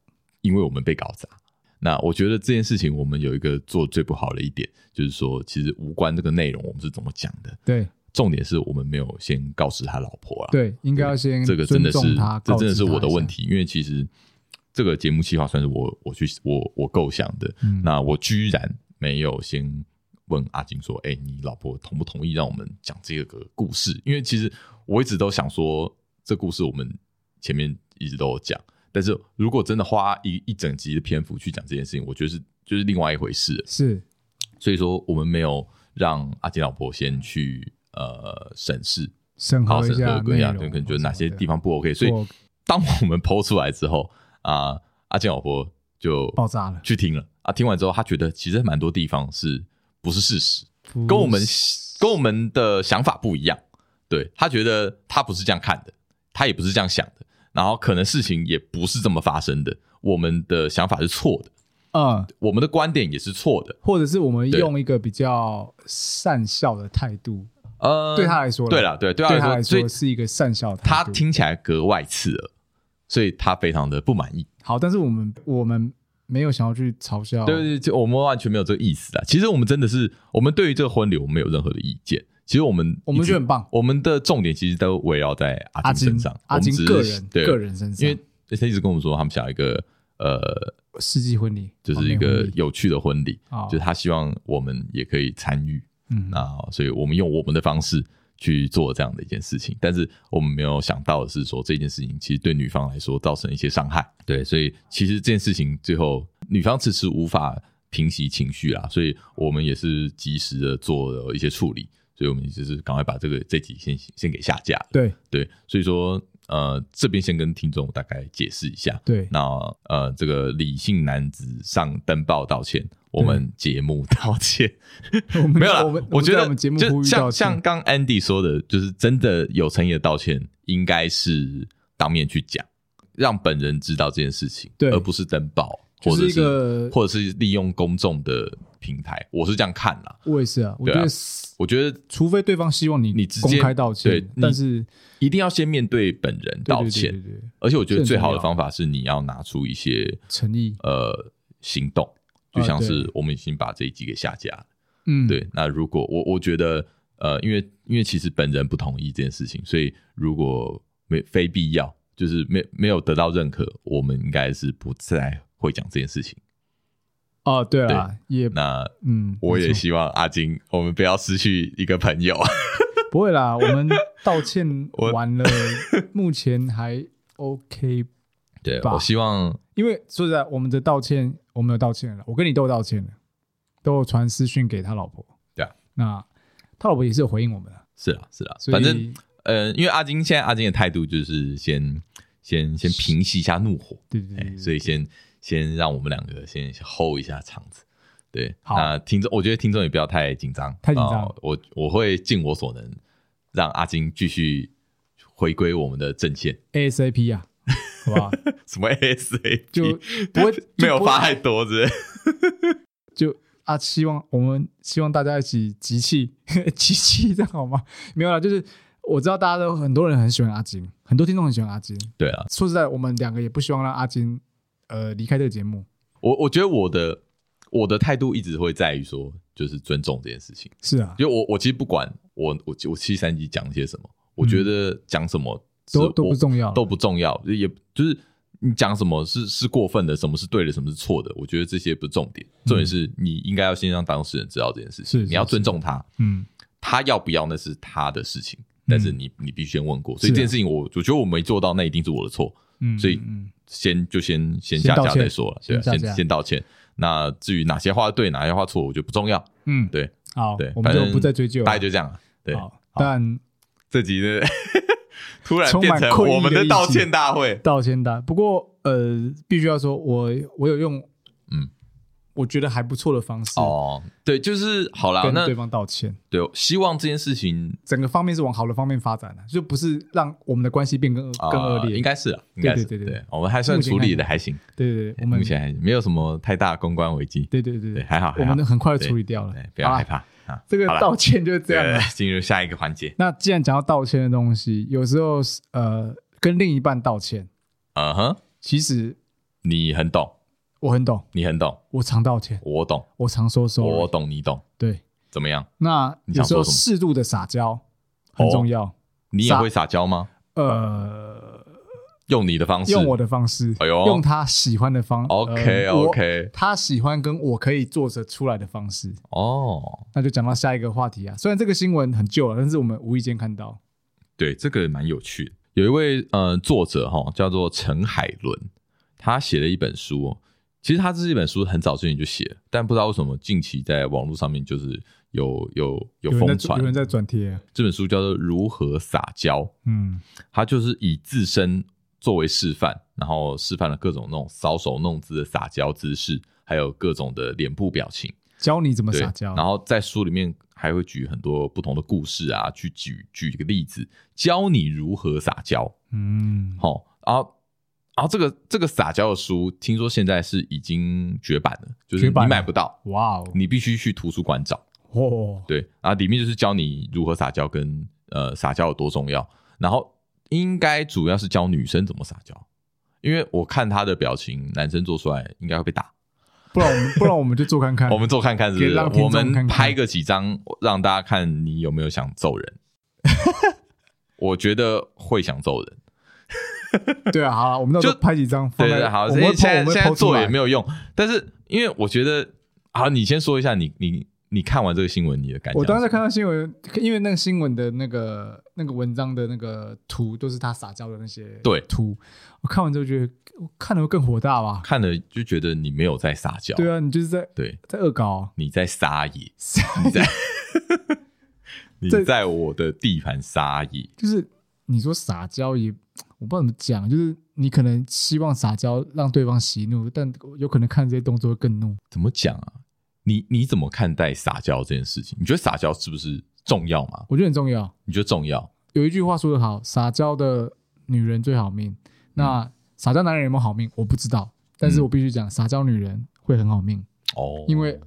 S2: 因为我们被搞砸。那我觉得这件事情，我们有一个做最不好的一点，就是说，其实无关这个内容我们是怎么讲的，
S1: 对
S2: 重点是我们没有先告知他老婆啊。，
S1: 对，应
S2: 应
S1: 该要先
S2: 这个真的是
S1: 尊重他，
S2: 这
S1: 告知
S2: 真的是
S1: 他
S2: 我的
S1: 一下
S2: 问。题，因为其实这个节目计划算是我我去我我构想的，
S1: 嗯，
S2: 那我居然没有先问阿金说：“哎、你老婆同不同意让我们讲这个故事？”因为其实我一直都想说，这故事我们前面一直都有讲，但是如果真的花一一整集的篇幅去讲这件事情，我觉得是就是另外一回事了。
S1: 是
S2: 所以说，我们没有让阿金老婆先去呃审视，
S1: 审
S2: 好
S1: 核一
S2: 审
S1: 下
S2: 核各
S1: 内
S2: 样，
S1: 容，
S2: 可能觉得哪些地方不 OK。所
S1: 对
S2: 以
S1: 我
S2: 当我们剖出来之后啊、阿金老婆就
S1: 爆炸了，
S2: 去听了啊，听完之后，他觉得其实蛮多地方是不是事实，跟我们跟我们的想法不一样。对他觉得他不是这样看的，他也不是这样想的，然后可能事情也不是这么发生的，我们的想法是错的，
S1: 嗯，
S2: 我们的观点也是错的。
S1: 或者是我们
S2: 对
S1: 用一个比较善笑的态度，
S2: 呃，
S1: 对他来说啦，
S2: 对了，对对他
S1: 对
S2: 来
S1: 他
S2: 说，
S1: 来
S2: 所以
S1: 说是一个善笑的态
S2: 他
S1: 度。
S2: 听起来格外刺耳，所以他非常的不满意。
S1: 好，但是我们我们没有想要去嘲笑，
S2: 对对，就我们完全没有这个意思啊。其实我们真的是，我们对于这个婚礼，我们没有任何的意见。其实我们
S1: 我们
S2: 一直
S1: 觉得很棒
S2: 我们的重点其实都围绕在阿
S1: 阿
S2: 金身
S1: 金
S2: 上，
S1: 阿金
S2: 我们只是
S1: 个人
S2: 对
S1: 个人身上，
S2: 因为他一直跟我们说他们想要一个呃，
S1: 世纪婚礼，
S2: 就是一
S1: 完美
S2: 个
S1: 哦婚礼
S2: 有趣的婚礼，
S1: 哦
S2: 就是他希望我们也可以参与。
S1: 嗯
S2: 那所以我们用我们的方式去做这样的一件事情，但是我们没有想到的是说这件事情其实对女方来说造成一些伤害。对，所以其实这件事情最后女方迟迟无法平息情绪啦，所以我们也是及时的做了一些处理，所以我们就是赶快把这个这集先先给下架了。
S1: 对
S2: 对，所以说呃这边先跟听众大概解释一下，
S1: 对，
S2: 那呃，这个理性男子上登报道歉，我们节目道歉，
S1: 我们
S2: 没有啦
S1: 我们，
S2: 我觉
S1: 在
S2: 得
S1: 我们节目
S2: 就
S1: 呼吁道
S2: 像
S1: 歉
S2: 像刚 Andy 说的，就是真的有诚意的道歉，应该是当面去讲，让本人知道这件事情，
S1: 对
S2: 而不是登报，
S1: 就
S2: 或者
S1: 是一个
S2: 或者是利用公众的平台，我是这样看啦。
S1: 我也是啊，我
S2: 对
S1: 觉
S2: 啊
S1: 得
S2: 我觉得
S1: 除非对方希望你
S2: 你直
S1: 公
S2: 接
S1: 开道
S2: 对
S1: 歉，
S2: 你
S1: 但是
S2: 一定要先面对本人
S1: 对
S2: 道
S1: 对对
S2: 歉，
S1: 对对对
S2: 而且我觉得
S1: 这很
S2: 最
S1: 重
S2: 好的
S1: 要
S2: 方法是你要拿出一些
S1: 诚意，
S2: 呃行动，就
S1: 啊
S2: 像是
S1: 对
S2: 我们已经把这一集给下架了。
S1: 嗯，
S2: 对，那如果我我觉得呃，因为因为其实本人不同意这件事情，所以如果没非必要，就是没没有得到认可，我们应该是不再会讲这件事情。
S1: 哦，对啦，也
S2: 那
S1: 嗯，
S2: 我
S1: 没
S2: 也
S1: 错
S2: 希望阿金，我们不要失去一个朋友。
S1: 不会啦，我们道歉
S2: 我
S1: 完了，目前还 OK
S2: 对，
S1: 吧
S2: 我希望
S1: 因为说实在，我们的道歉，我们有道歉了，我跟你都有道歉了，都有传私讯给他老婆。
S2: 对啊，
S1: 那他老婆也是有回应我们的，
S2: 是啦是啦，
S1: 所以
S2: 反正呃，因为阿金现在阿金的态度就是先先先平息一下怒火，
S1: 对对对
S2: 哎、
S1: 嗯对，
S2: 所以先先让我们两个先 hold 一下场子。对，
S1: 好
S2: 那听众，我觉得听众也不要太紧张，
S1: 太紧张
S2: 哦我我会尽我所能，让阿金继续回归我们的阵线。
S1: ASAP 啊，好不好？
S2: 什么 ASAP
S1: 就不会
S2: 没有发
S1: 就
S2: 太多之类，
S1: 不就啊，希望我们希望大家一起集气， 集气这样好吗？没有啦，就是我知道大家都很多人很喜欢阿金，很多听众很喜欢阿金。
S2: 对啊，
S1: 说实在，我们两个也不希望让阿金呃离开这个节目。
S2: 我我觉得我的我的态度一直会在于说，就是尊重这件事情。
S1: 是啊，
S2: 就我我其实不管我我我七三级讲些什么，我觉得讲什么是
S1: 嗯
S2: 啊
S1: 都都
S2: 我
S1: 不重要了，
S2: 都不重要，也就是你讲什么是是过分的，什么是对的，什么是错的，我觉得这些不是重点，重点是你应该要先让当事人知道这件事情，
S1: 嗯是是
S2: 你要尊重他，
S1: 嗯，
S2: 他要不要那是他的事情，但是你你必须先问过，所以
S1: 是啊
S2: 这件事情我我觉得我没做到，那一定是我的错，
S1: 嗯，
S2: 所以
S1: 嗯嗯
S2: 先就先先
S1: 先
S2: 下
S1: 道
S2: 架
S1: 歉
S2: 再说了，对啊，
S1: 先下
S2: 先
S1: 架
S2: 先道歉。那至于哪些话对，哪些话错，我觉得不重要，
S1: 嗯，
S2: 对，
S1: 好，
S2: 对
S1: 我们
S2: 反
S1: 就
S2: 正
S1: 不再追究了，
S2: 大概就这样了。对，
S1: 好，但
S2: 这集的 突然
S1: 充
S2: 变
S1: 满
S2: 成
S1: 困意
S2: 我们
S1: 的
S2: 的
S1: 一
S2: 道
S1: 集
S2: 歉大会，
S1: 道歉的，不过呃，必须要说，我我有用，
S2: 嗯，
S1: 我觉得还不错的方式
S2: 哦，对，就是好啦，
S1: 跟
S2: 那
S1: 对方道歉，
S2: 对，希望这件事情
S1: 整个方面是往好的方面发展的，就不是让我们的关系变更
S2: 啊、
S1: 更恶劣，
S2: 应该是啊，应该是
S1: 对对对对
S2: 我们还算
S1: 目前
S2: 处理
S1: 看
S2: 的还行，
S1: 对对对，我们
S2: 目前还没有什么太大公关危机，
S1: 对对对
S2: 对，，还好，
S1: 我
S2: 还好
S1: 们，很快就
S2: 对
S1: 处理掉了
S2: 对，，不要
S1: 好啦
S2: 害，怕啊。
S1: 这个
S2: 好啦
S1: 道歉就是这样啊了
S2: 对。，进入下一个环节，
S1: 那既然讲到道歉的东西，有时候是呃跟另一半道歉，
S2: 嗯哼，
S1: 其实
S2: 你很懂，
S1: 我很懂，
S2: 你很懂，
S1: 我常道歉，
S2: 我懂，
S1: 我常说 sorry，
S2: 我懂，你懂，
S1: 对，
S2: 怎么样？
S1: 那
S2: 你
S1: 有
S2: 想
S1: 时
S2: 说
S1: 候
S2: 什么
S1: 适度的撒娇很重要。
S2: 你也
S1: 撒
S2: 会撒娇吗？
S1: 呃，
S2: 用你的方式，
S1: 用我的方式，
S2: 哎呦
S1: 用他喜欢的方
S2: OK
S1: 呃我
S2: OK
S1: 他喜欢跟我可以做得出来的方式。
S2: 哦，
S1: 那就讲到下一个话题啊。虽然这个新闻很旧了，但是我们无意间看到，
S2: 对，这个蛮有趣的。有一位呃作者哈、叫做陈海伦，他写了一本书、哦。其实他这一本书很早之前就写了，但不知道为什么近期在网络上面就是有有有
S1: 有人
S2: 疯
S1: 在
S2: 传
S1: 有。人在转贴，啊
S2: 这本书叫做《如何撒娇》，
S1: 嗯，
S2: 他就是以自身作为示范，然后示范了各种那种搔首弄姿的撒娇姿势，还有各种的脸部表情。
S1: 教你怎么
S2: 对，
S1: 撒娇，
S2: 然后在书里面还会举很多不同的故事啊，去举举一个例子，教你如何撒娇。
S1: 嗯，
S2: 好、然后然后这个这个撒娇的书，听说现在是已经绝版了，就是
S1: 绝
S2: 你
S1: 版了
S2: 买不到，
S1: 哇哦，
S2: 你必须去图书馆找。
S1: 哦，
S2: 对，然后里面就是教你如何撒娇跟呃撒娇有多重要，然后应该主要是教女生怎么撒娇，因为我看她的表情，男生做出来应该会被打。
S1: 不然我们不然我们就做看看，
S2: 我们做看看是不
S1: 给
S2: 是？
S1: 让听众
S2: 我们
S1: 看看
S2: 拍个几张让大家看， 你有没有想揍人？我觉得会想揍人，
S1: 对啊，好啊，我们到时候
S2: 就
S1: 拍几张放
S2: 对
S1: 在，
S2: 对，好，
S1: 我
S2: 现
S1: 们
S2: 在
S1: 会 po- 我
S2: 现在
S1: 们会
S2: 现在
S1: po 出
S2: 做
S1: 来
S2: 也没有用，但是因为我觉得，好，你先说一下你你你看完这个新闻你的感觉。
S1: 我当时看到新闻，因为那个新闻的那个那个文章的那个图都是他撒娇的那些
S2: 对
S1: 图，我看完之后觉得我看了会更火大吧？
S2: 看了就觉得你没有在撒娇，
S1: 对啊，你就是在
S2: 对
S1: 在恶搞啊、
S2: 你在撒野，你 在你
S1: 这
S2: 在我的地盘撒野，
S1: 就是你说撒娇也我不知道怎么讲，就是你可能希望撒娇让对方息怒，但有可能看这些动作会更怒。
S2: 怎么讲啊？你你怎么看待撒娇这件事情？你觉得撒娇是不是重要吗？
S1: 我觉得很重要。
S2: 你觉得重要？
S1: 有一句话说得好，撒娇的女人最好命。那撒娇男人有没有好命？我不知道，但是我必须讲，撒娇女人会很好命，
S2: 嗯哦，
S1: 因为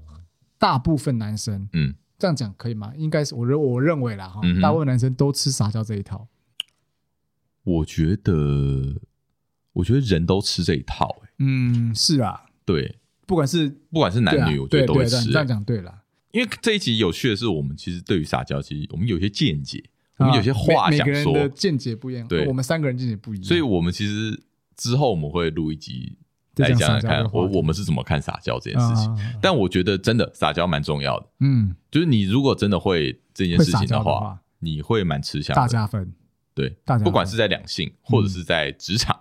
S1: 大部分男生
S2: 嗯，
S1: 这样讲可以吗？应该是我认我认为啦哈
S2: 嗯哼，
S1: 大部分男生都吃撒娇这一套。
S2: 我觉得，我觉得人都吃这一套、欸，
S1: 嗯，是啊，
S2: 对，
S1: 不管是
S2: 不管是男
S1: 对啊
S2: 女，我觉
S1: 对
S2: 得都会
S1: 对对，你
S2: 吃、欸
S1: 这样讲对了。
S2: 因为这一集有趣的是，我们其实对于撒娇，其实我们有些见解，我们有些
S1: 啊
S2: 话
S1: 每
S2: 想
S1: 每个
S2: 说
S1: 人的，见解不一样，
S2: 对
S1: 我们三个人见解不一样，
S2: 所以我们其实之后我们会录一集
S1: 再
S2: 来
S1: 讲
S2: 讲
S1: 撒
S2: 讲
S1: 娇这
S2: 看
S1: 个话
S2: 我
S1: 题
S2: 我们是怎么看撒娇这件事情。
S1: 啊啊啊啊
S2: 但我觉得真的撒娇蛮重要的，
S1: 嗯，
S2: 就是你如果真的会这件事情
S1: 会撒娇的
S2: 话，
S1: 话
S2: 你会蛮吃香的。
S1: 大加分，
S2: 对，
S1: 大家
S2: 不管是在两
S1: 嗯
S2: 性或者是在职场，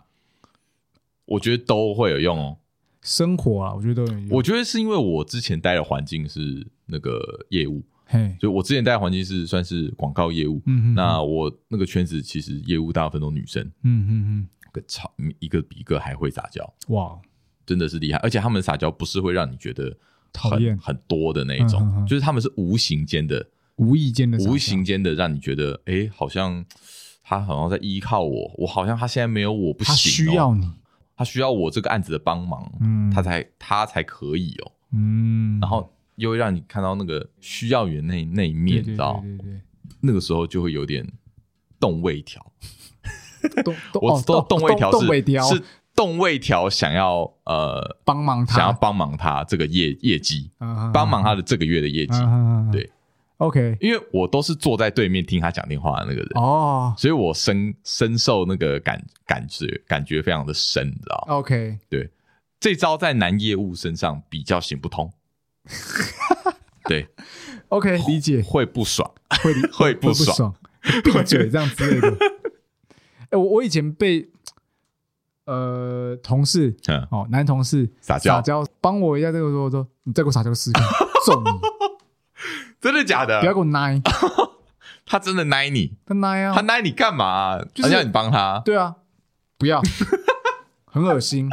S2: 我觉得都会有用哦。
S1: 生活啊，我觉得都有用。
S2: 我觉得是因为我之前待的环境是那个业务，
S1: 嘿，
S2: 就我之前待的环境是算是广告业务。
S1: 嗯嗯，
S2: 那我那个圈子其实业务大部分都女生，
S1: 嗯嗯
S2: 个超一个比一个还会撒娇，
S1: 嗯，哇，
S2: 真的是厉害。而且他们撒娇不是会让你觉得
S1: 讨厌
S2: 很很多的那一种，
S1: 嗯嗯嗯
S2: 就是他们是无形间的，
S1: 无意间的撒娇
S2: 无形间的让你觉得，哎、好像他好像在依靠我，我好像他现在没有我不行、
S1: 他
S2: 哦，
S1: 需要你，
S2: 他需要我这个案子的帮忙，
S1: 嗯
S2: 他才他才可以哦。
S1: 嗯，
S2: 然后又会让你看到那个需要你的那那一面，
S1: 对
S2: 你
S1: 对
S2: 知
S1: 对
S2: 道？
S1: 对对
S2: 那个时候就会有点动位调，
S1: 对，动动
S2: 我
S1: 哦
S2: 说
S1: 动
S2: 位调
S1: 动尾
S2: 是
S1: 雕
S2: 是动位调想要呃
S1: 帮忙他啊嗯
S2: 想要帮忙他这个业业绩，帮
S1: 帮
S2: 忙他的这个月的业
S1: 啊
S2: 绩，
S1: 嗯
S2: 对
S1: ，OK，
S2: 因为我都是坐在对面听他讲电话的那个人。
S1: 哦
S2: 所以我深深受那个感感觉感觉非常的深，你知道？
S1: ，OK，
S2: 这招在男业务身上比较行不 通，对，
S1: OK，理解
S2: 会不爽，
S1: 会理
S2: 会不
S1: 不
S2: 爽，
S1: 爽，闭嘴这样之类的。 哎，我我以前被呃同事
S2: 嗯，
S1: 哦男同事
S2: 撒娇
S1: 撒娇帮我一下这个时候，我说你再给我撒娇试试看，揍你，
S2: 真的假
S1: 不要
S2: 的？
S1: 给我奶，
S2: 他真的奶你，
S1: 他奶啊
S2: 他，奶你干嘛？
S1: 就
S2: 他
S1: 是
S2: 叫你帮他，
S1: 对啊，不要，很恶心。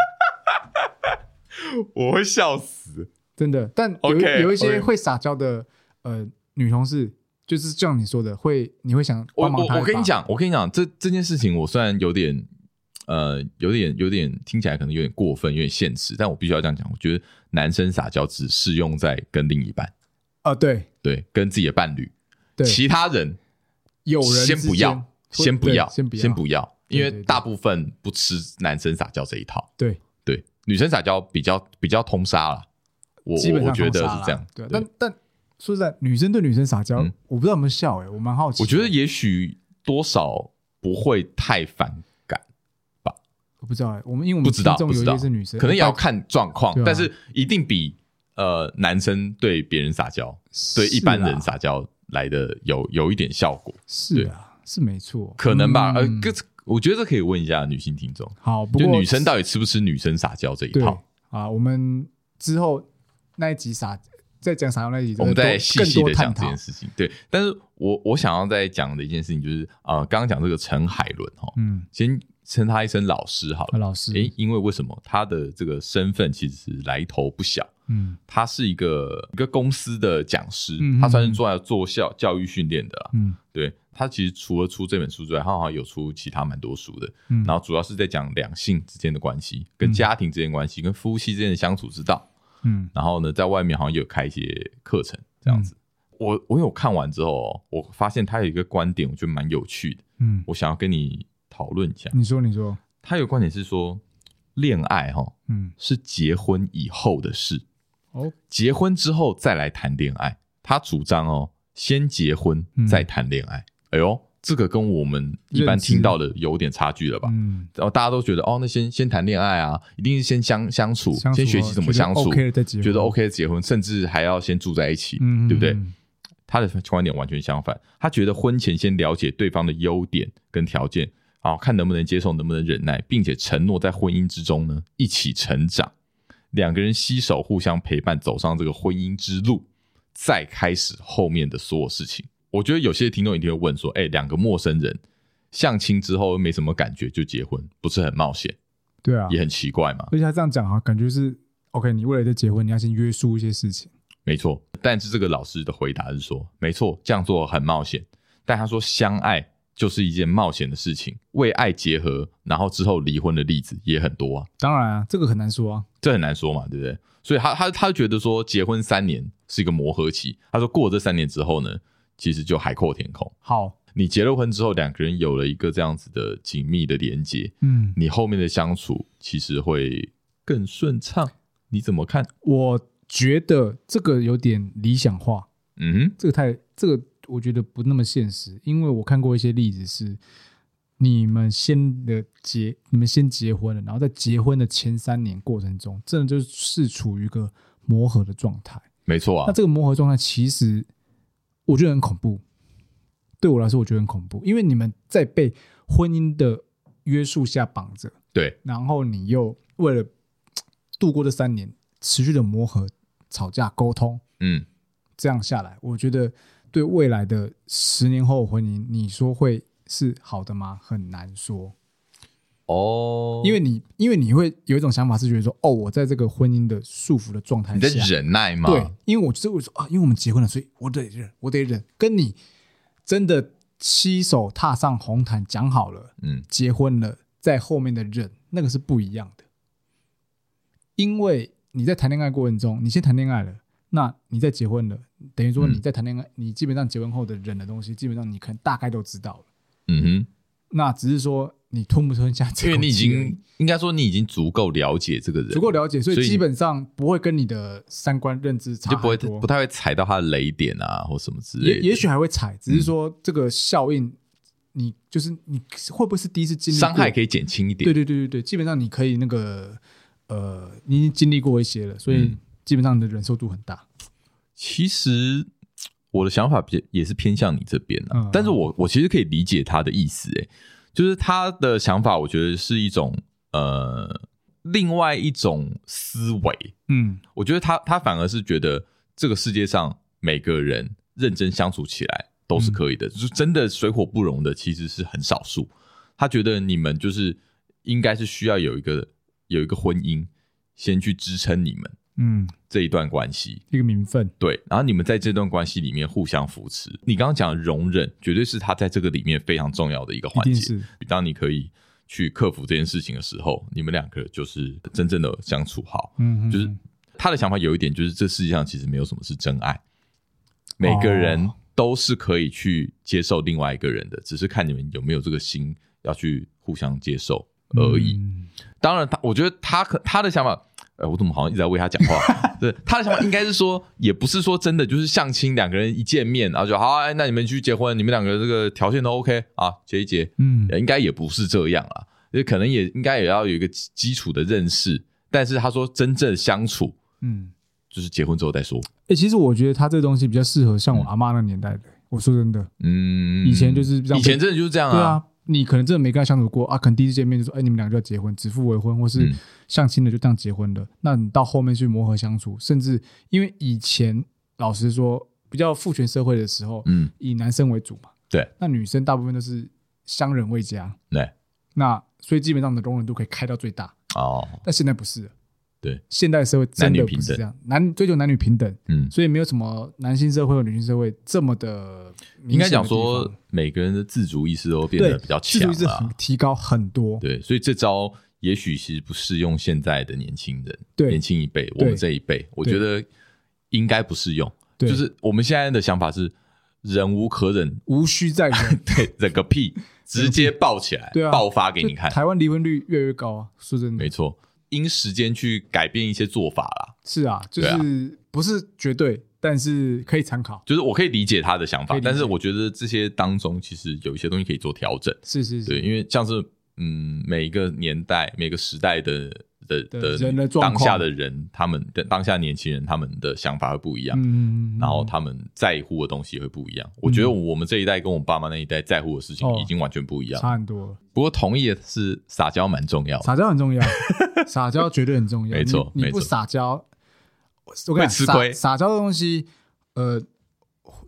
S2: 我会笑死。
S1: 真的。但有
S2: OK，
S1: 有一些
S2: OK
S1: 会撒娇的呃女同事，就是就像你说的，会你会想
S2: 我
S1: 帮忙她
S2: 我
S1: 一
S2: 我跟
S1: 把
S2: 你，讲，我跟你讲，这这件事情我虽然有点呃，有点有点听起来可能有点过分，有点现实，但我必须要这样讲。我觉得男生撒娇只适用在跟另一半，
S1: 啊、对
S2: 对，跟自己的伴侣，
S1: 对，
S2: 其他人
S1: 有人
S2: 先不
S1: 之间
S2: 要，
S1: 会
S2: 先不
S1: 对
S2: 要，
S1: 先不要，
S2: 先不要，因为
S1: 对对对
S2: 大部分不吃男生撒娇这一套，
S1: 对，
S2: 对，女生撒娇比较比较通杀啦。我
S1: 基本
S2: 我
S1: 上
S2: 我觉得
S1: 封杀
S2: 是
S1: 啦
S2: 这样，
S1: 对，但但说实在，女生对女生撒娇，
S2: 嗯
S1: 我不知道有没有笑哎、我蛮好奇的，
S2: 我觉得也许多少不会太反感，
S1: 我不知道哎、我们因为我
S2: 不
S1: 们
S2: 知
S1: 听
S2: 道
S1: 众
S2: 不
S1: 有
S2: 知
S1: 一
S2: 道
S1: 些是女生，
S2: 可能也要
S1: 拜
S2: 看状况
S1: 对，啊
S2: 但是一定比呃男生对别人撒娇，对一般人撒娇来的有有一点效果，
S1: 啊是啊，是没错，
S2: 可能吧？呃
S1: 嗯，
S2: 这我觉得这可以问一下女性听众，
S1: 好，不
S2: 就
S1: 过
S2: 女生到底吃不吃女生撒娇这一
S1: 对
S2: 套？
S1: 啊，我们之后那一集撒再讲撒娇那一集，
S2: 我们
S1: 呃多
S2: 再细细
S1: 更
S2: 的
S1: 多
S2: 讲
S1: 探
S2: 这件
S1: 讨，
S2: 事情。对，但是我我想要再讲的一件事情就是，呃，刚刚讲这个陈海伦哈，
S1: 嗯，
S2: 先称他一声老师好了。
S1: 啊老师，
S2: 诶，因为为什么他的这个身份其实来头不小？
S1: 嗯
S2: 他是一个一个公司的讲师
S1: 嗯，
S2: 他算是做做校教育训练的啦。
S1: 嗯
S2: 对他其实除了出这本书之外，他好像有出其他蛮多书的。
S1: 嗯，
S2: 然后主要是在讲两性之间的关系、跟
S1: 嗯
S2: 家庭之间的关系、跟夫妻之间的相处之道。
S1: 嗯
S2: 然后呢，在外面好像也有开一些课程这样子。我我有看完之后哦，我发现他有一个观点，我觉得蛮有趣的，
S1: 嗯，
S2: 我想要跟你讨论一下。
S1: 你说你说，
S2: 他有个观点是说，恋爱哈、哦、
S1: 嗯
S2: 是结婚以后的事，
S1: 哦
S2: 结婚之后再来谈恋爱。他主张哦，先结婚
S1: 嗯
S2: 再谈恋爱。哎呦，这个跟我们一般
S1: 认知
S2: 听到的有点差距了吧？
S1: 嗯，
S2: 然后大家都觉得哦，那先先谈恋爱啊，一定是先相相处，
S1: 相处哦
S2: 先学习怎么相处，
S1: 觉得 OK 了再结婚，
S2: 觉得 OK 结婚，甚至还要先住在一起，
S1: 嗯，嗯，
S2: 对不对？
S1: 嗯
S2: 他的观点完全相反，他觉得婚前先了解对方的优点跟条件，啊，看能不能接受，能不能忍耐，并且承诺在婚姻之中呢一起成长，两个人携手互相陪伴，走上这个婚姻之路，再开始后面的所有事情。我觉得有些听众一定会问说，哎，两个陌生人相亲之后又没什么感觉就结婚，不是很冒险，
S1: 对啊，
S2: 也很奇怪嘛？
S1: 而且他这样讲哈，感觉是 OK，你为了这结婚，你要先约束一些事情，
S2: 没错，但是这个老师的回答是说，没错，这样做很冒险。但他说，相爱就是一件冒险的事情，为爱结合，然后之后离婚的例子也很多啊，
S1: 当然啊，这个很难说啊，
S2: 这很难说嘛，对不对？所以他他他觉得说，结婚三年是一个磨合期。他说，过了这三年之后呢，其实就海阔天空。
S1: 好，
S2: 你结了婚之后，两个人有了一个这样子的紧密的连接，
S1: 嗯，
S2: 你后面的相处其实会更顺畅。你怎么看？
S1: 我觉得这个有点理想化，
S2: 嗯
S1: 这个太这个我觉得不那么现实，因为我看过一些例子是，你们先的结，你们先结婚了，然后在结婚的前三年过程中，真的就是处于一个磨合的状态。
S2: 哼，没错啊
S1: 那，这个磨合状态其实我觉得很恐怖，对我来说我觉得很恐怖，因为你们在被婚姻的约束下绑着，
S2: 对，
S1: 然后你又为了度过这三年持续的磨合、吵架、沟通，
S2: 嗯。
S1: 这样下来，我觉得对未来的十年后的婚姻，你说会是好的吗？很难说，
S2: 哦，
S1: 因为你因为你会有一种想法是觉得说，哦，我在这个婚姻的束缚的状态
S2: 你在
S1: 下，
S2: 忍耐嘛。
S1: 啊对，因为我就是我说啊，因为我们结婚了，所以我得忍，我得忍。跟你真的携手踏上红毯，讲好了，
S2: 嗯，
S1: 结婚了，在后面的忍，那个是不一样的。因为你在谈恋爱过程中，你先谈恋爱了，那你在结婚了，等于说
S2: 嗯
S1: 你在谈恋爱，你基本上结婚后的忍的东西，基本上你可能大概都知道了。
S2: 嗯
S1: 那只是说你吞不吞下
S2: 哼，因
S1: 这口气而已，
S2: 为你已经应该说你已经足够了解这个人，
S1: 足够了解，所以
S2: 所以
S1: 基本上不会跟你的三观认知
S2: 你
S1: 差
S2: 就不会
S1: 很多
S2: 不太会踩到他的雷点啊，或什么之类
S1: 也
S2: 的。嗯
S1: 也许还会踩，只是说这个效应，你就是你会不会是第一次经历过
S2: 伤害可以减轻一点
S1: 对。对对对对，基本上你可以那个呃，你已经经历过一些了，所以
S2: 嗯
S1: 基本上你的忍受度很大。
S2: 其实我的想法比也是偏向你这边啊，
S1: 嗯
S2: 但是我我其实可以理解他的意思、欸，就是他的想法，我觉得是一种呃另外一种思维。
S1: 嗯，
S2: 我觉得他他反而是觉得这个世界上每个人认真相处起来都是可以的，
S1: 嗯
S2: 就是真的水火不容的其实是很少数。他觉得你们就是应该是需要有一个有一个婚姻先去支撑你们
S1: 嗯，
S2: 这一段关系，
S1: 一个名分，
S2: 对，然后你们在这段关系里面互相扶持。你刚刚讲的容忍，绝对是他在这个里面非常重要的一个
S1: 一
S2: 环
S1: 定
S2: 节。
S1: 是
S2: 当你可以去克服这件事情的时候，你们两个就是真正的相处好。
S1: 嗯，
S2: 就是
S1: 嗯哦
S2: 他的想法有一点，就是这世界上其实没有什么是真爱，每个人都是可以去接受另外一个人的，只是看你们有没有这个心要去互相接受而已。
S1: 嗯
S2: 当然他，我觉得他可他的想法，呃，我怎么好像一直在为他 讲话？对，他的想法应该是说，也不是说真的就是相亲两个人一见面，然后就好、哎，那你们去结婚，你们两个这个条件都 OK 啊，结一结，
S1: 嗯，
S2: 呃应该也不是这样啦，也可能也应该也要有一个基基础的认识。但是他说，真正相处
S1: 嗯，
S2: 就是结婚之后再说。
S1: 哎，其实我觉得他这个东西比较适合像我阿妈那年代的。我说真的，
S2: 嗯，
S1: 以前就是这样
S2: 以前真的就是这样
S1: 对啊，你可能真的没跟他相处过啊，可能第一次见面就说，哎，你们两个就要结婚，指腹为婚，或是
S2: 嗯
S1: 相亲的就这样结婚了。那你到后面去磨合相处，甚至因为以前老实说，比较父权社会的时候，
S2: 嗯，
S1: 以男生为主嘛，
S2: 对，
S1: 那女生大部分都是相忍为佳，
S2: 对，
S1: 那所以基本上你的容忍度可以开到最大，
S2: 哦，
S1: 但现在不是了，
S2: 对，
S1: 现代社会真的不是这样，男追求男女平等，
S2: 嗯，
S1: 所以没有什么男性社会和女性社会这么的明
S2: 应该
S1: 显的地方，
S2: 讲说，每个人的自主意识都变
S1: 对
S2: 得比较
S1: 自
S2: 强
S1: 主
S2: 了
S1: 意。识很提高很多，
S2: 对，所以这招也许其实不适用现在的年轻人，
S1: 对
S2: 年轻一辈，我们这一辈，我觉得应该不适用。
S1: 对
S2: 就是我们现在的想法是，忍无可忍，。
S1: 无需再忍
S2: 对，忍个屁，直接爆起来，
S1: 对啊
S2: 爆发给你看
S1: 就，台湾离婚率越来越高啊，说真
S2: 没
S1: 的，
S2: 错。因时间去改变一些做法啦，
S1: 是啊，就
S2: 对啊
S1: 是不是绝对，但是可以参考。
S2: 就是我可以理解他的想
S1: 可
S2: 法
S1: 以，理解
S2: 但是我觉得这些当中其实有一些东西可以做调整。
S1: 是是
S2: 对，
S1: 是，
S2: 因为像是嗯，每一个年代、每个时代的的
S1: 的人的状
S2: 当
S1: 况
S2: 下的人，他们的当下年轻人，他们的想法会不一样，
S1: 嗯，嗯
S2: 然后他们在乎的东西会不一样。我觉得我们这一代跟我们爸妈那一代在乎的事情
S1: 哦
S2: 已经完全不一样。
S1: 差很多了。
S2: 不过同意的是撒娇蛮重要的，
S1: 撒娇很 重要，撒娇绝对很重要。
S2: 没错
S1: 你你不
S2: 没错
S1: 撒娇，我我跟
S2: 会
S1: 你讲
S2: 吃
S1: 撒
S2: 亏
S1: 撒娇的东西，呃，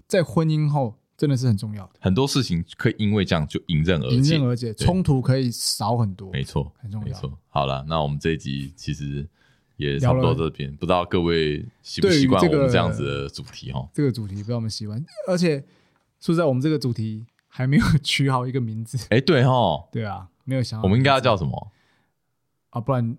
S1: 在婚姻后真的是很重要的，
S2: 很多事情可以因为这样就迎刃而
S1: 迎
S2: 解
S1: 刃。而解，
S2: 对
S1: 冲突可以少很多。
S2: 没错，
S1: 很重要
S2: 没错。好了，那我们这一集其实也差不多
S1: 聊了
S2: 这边，不知道各位习不
S1: 对于
S2: 习惯
S1: 这
S2: 我
S1: 个
S2: 们这样子的主题哦。
S1: 这个主题不知道我们喜欢，而且说实在，我们这个主题还没有取好一个名字。
S2: 哎、对哦，
S1: 对啊，没有想好
S2: 我们应该要叫什么？
S1: 啊，不然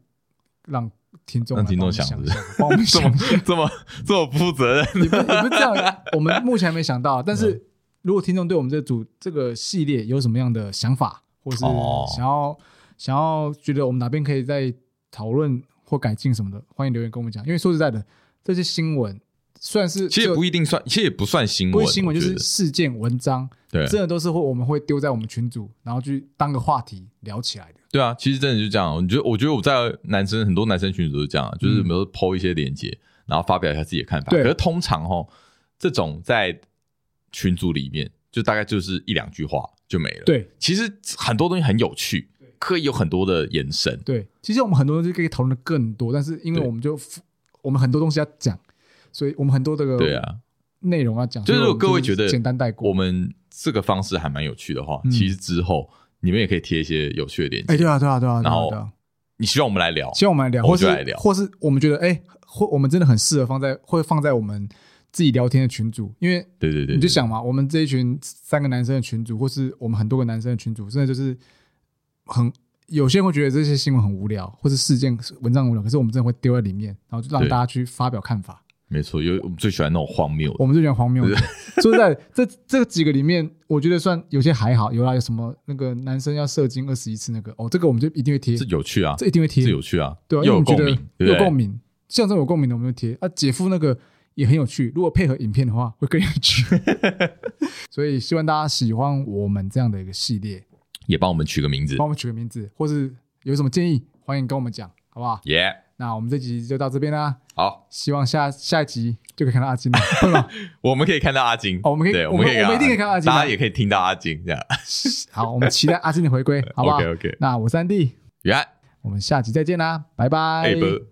S1: 让听众
S2: 让
S1: 来帮
S2: 听众
S1: 我们
S2: 想
S1: 想
S2: 是
S1: 一
S2: 不是
S1: 下，帮我
S2: 这
S1: 们 想
S2: 么
S1: 一下
S2: 这么这么不嗯负责 任？
S1: 你不你不这样， 我们目前还没想到。但是如果听众对我们这组这个系列有什么样的想法，或是
S2: 哦
S1: 想要、想要觉得我们哪边可以再讨论或改进什么的，欢迎留言跟我们讲。因为说实在的，这些新闻算是
S2: 其实也
S1: 就
S2: 不一定算，其实也不算新
S1: 不
S2: 闻，
S1: 是新闻，
S2: 我
S1: 就
S2: 觉
S1: 是
S2: 得
S1: 事件文章，真
S2: 对
S1: 的都是会我们会丢在我们群组，然后去当个话题聊起来的。
S2: 对啊，其实真的就这样。你觉得？我觉得我在男生很多男生群组都是这样啊，就是有时候抛一些链接，然后发表一下自己的看法。
S1: 嗯对
S2: 可是通常哦，这种在群组里面，就大概就是一两句话就没了。
S1: 对
S2: 其实很多东西很有趣，可以有很多的延伸。
S1: 对，其实我们很多东西可以讨论的更多，但是因为
S2: 对
S1: 我们就我们很多东西要讲，所以我们很多这个
S2: 对啊，
S1: 内容要讲。
S2: 就是
S1: 所以
S2: 如
S1: 我
S2: 果
S1: 们
S2: 各位
S1: 就是
S2: 觉得
S1: 简单带过，
S2: 我们这个方式还蛮有趣的话，
S1: 嗯
S2: 其实之后你们也可以贴一些有趣的链
S1: 哎，
S2: 接。
S1: 对啊，对啊，对啊，对
S2: 然
S1: 啊
S2: 后
S1: 对啊，
S2: 你希望我们来聊？
S1: 希望我们来聊，
S2: 我们
S1: 或
S2: 就是来聊
S1: 或是我们觉得哎，或我们真的很适合放在会放在我们自己聊天的群组，因为
S2: 对对对，
S1: 你就
S2: 对
S1: 想嘛，我们这一群三个男生的群组，或是我们很多个男生的群组，真的就是很有些人会觉得这些新闻很无聊，或是事件文章很无聊，可是我们真的会丢在里面，然后就让
S2: 对
S1: 大家去发表看法。
S2: 没错，因为我们最喜欢那种荒谬的。
S1: 我们就觉得荒谬的。说实在， 这这几个里面，我觉得算有些还好，有啦，有什么那个男生要射精二十一次那个，哦，这个我们就一定会贴
S2: 这，有趣啊，
S1: 这一定会贴
S2: 这，有趣啊，
S1: 对啊，
S2: 又
S1: 因为我
S2: 有
S1: 们觉
S2: 共
S1: 得
S2: 鸣，对不
S1: 有
S2: 对
S1: 共鸣，像这种有共鸣的我们就贴啊。姐夫那个也很有趣，如果配合影片的话，会更有 趣。所以希望大家喜欢我们这样的一个系列，
S2: 也帮我们取个名字
S1: 帮。我们取个名字，或是有什么建议，欢迎跟我们讲，好不好？
S2: 耶、
S1: 那我们这集就到这边啦，
S2: 好，
S1: 希望下下一集就可以看到阿金了， 会吗？
S2: 我们可以看到阿金，
S1: 哦我们可以
S2: 对，
S1: 我
S2: 我
S1: 们
S2: 可以看到，
S1: 我们一定可以看到阿金啊
S2: 大家也可以听到阿金这样，
S1: 好，我们期待阿金的回归，好不好
S2: OK，OK
S1: 那我三弟，
S2: 原来
S1: 我们下集再见啦，拜拜。
S2: 哎不。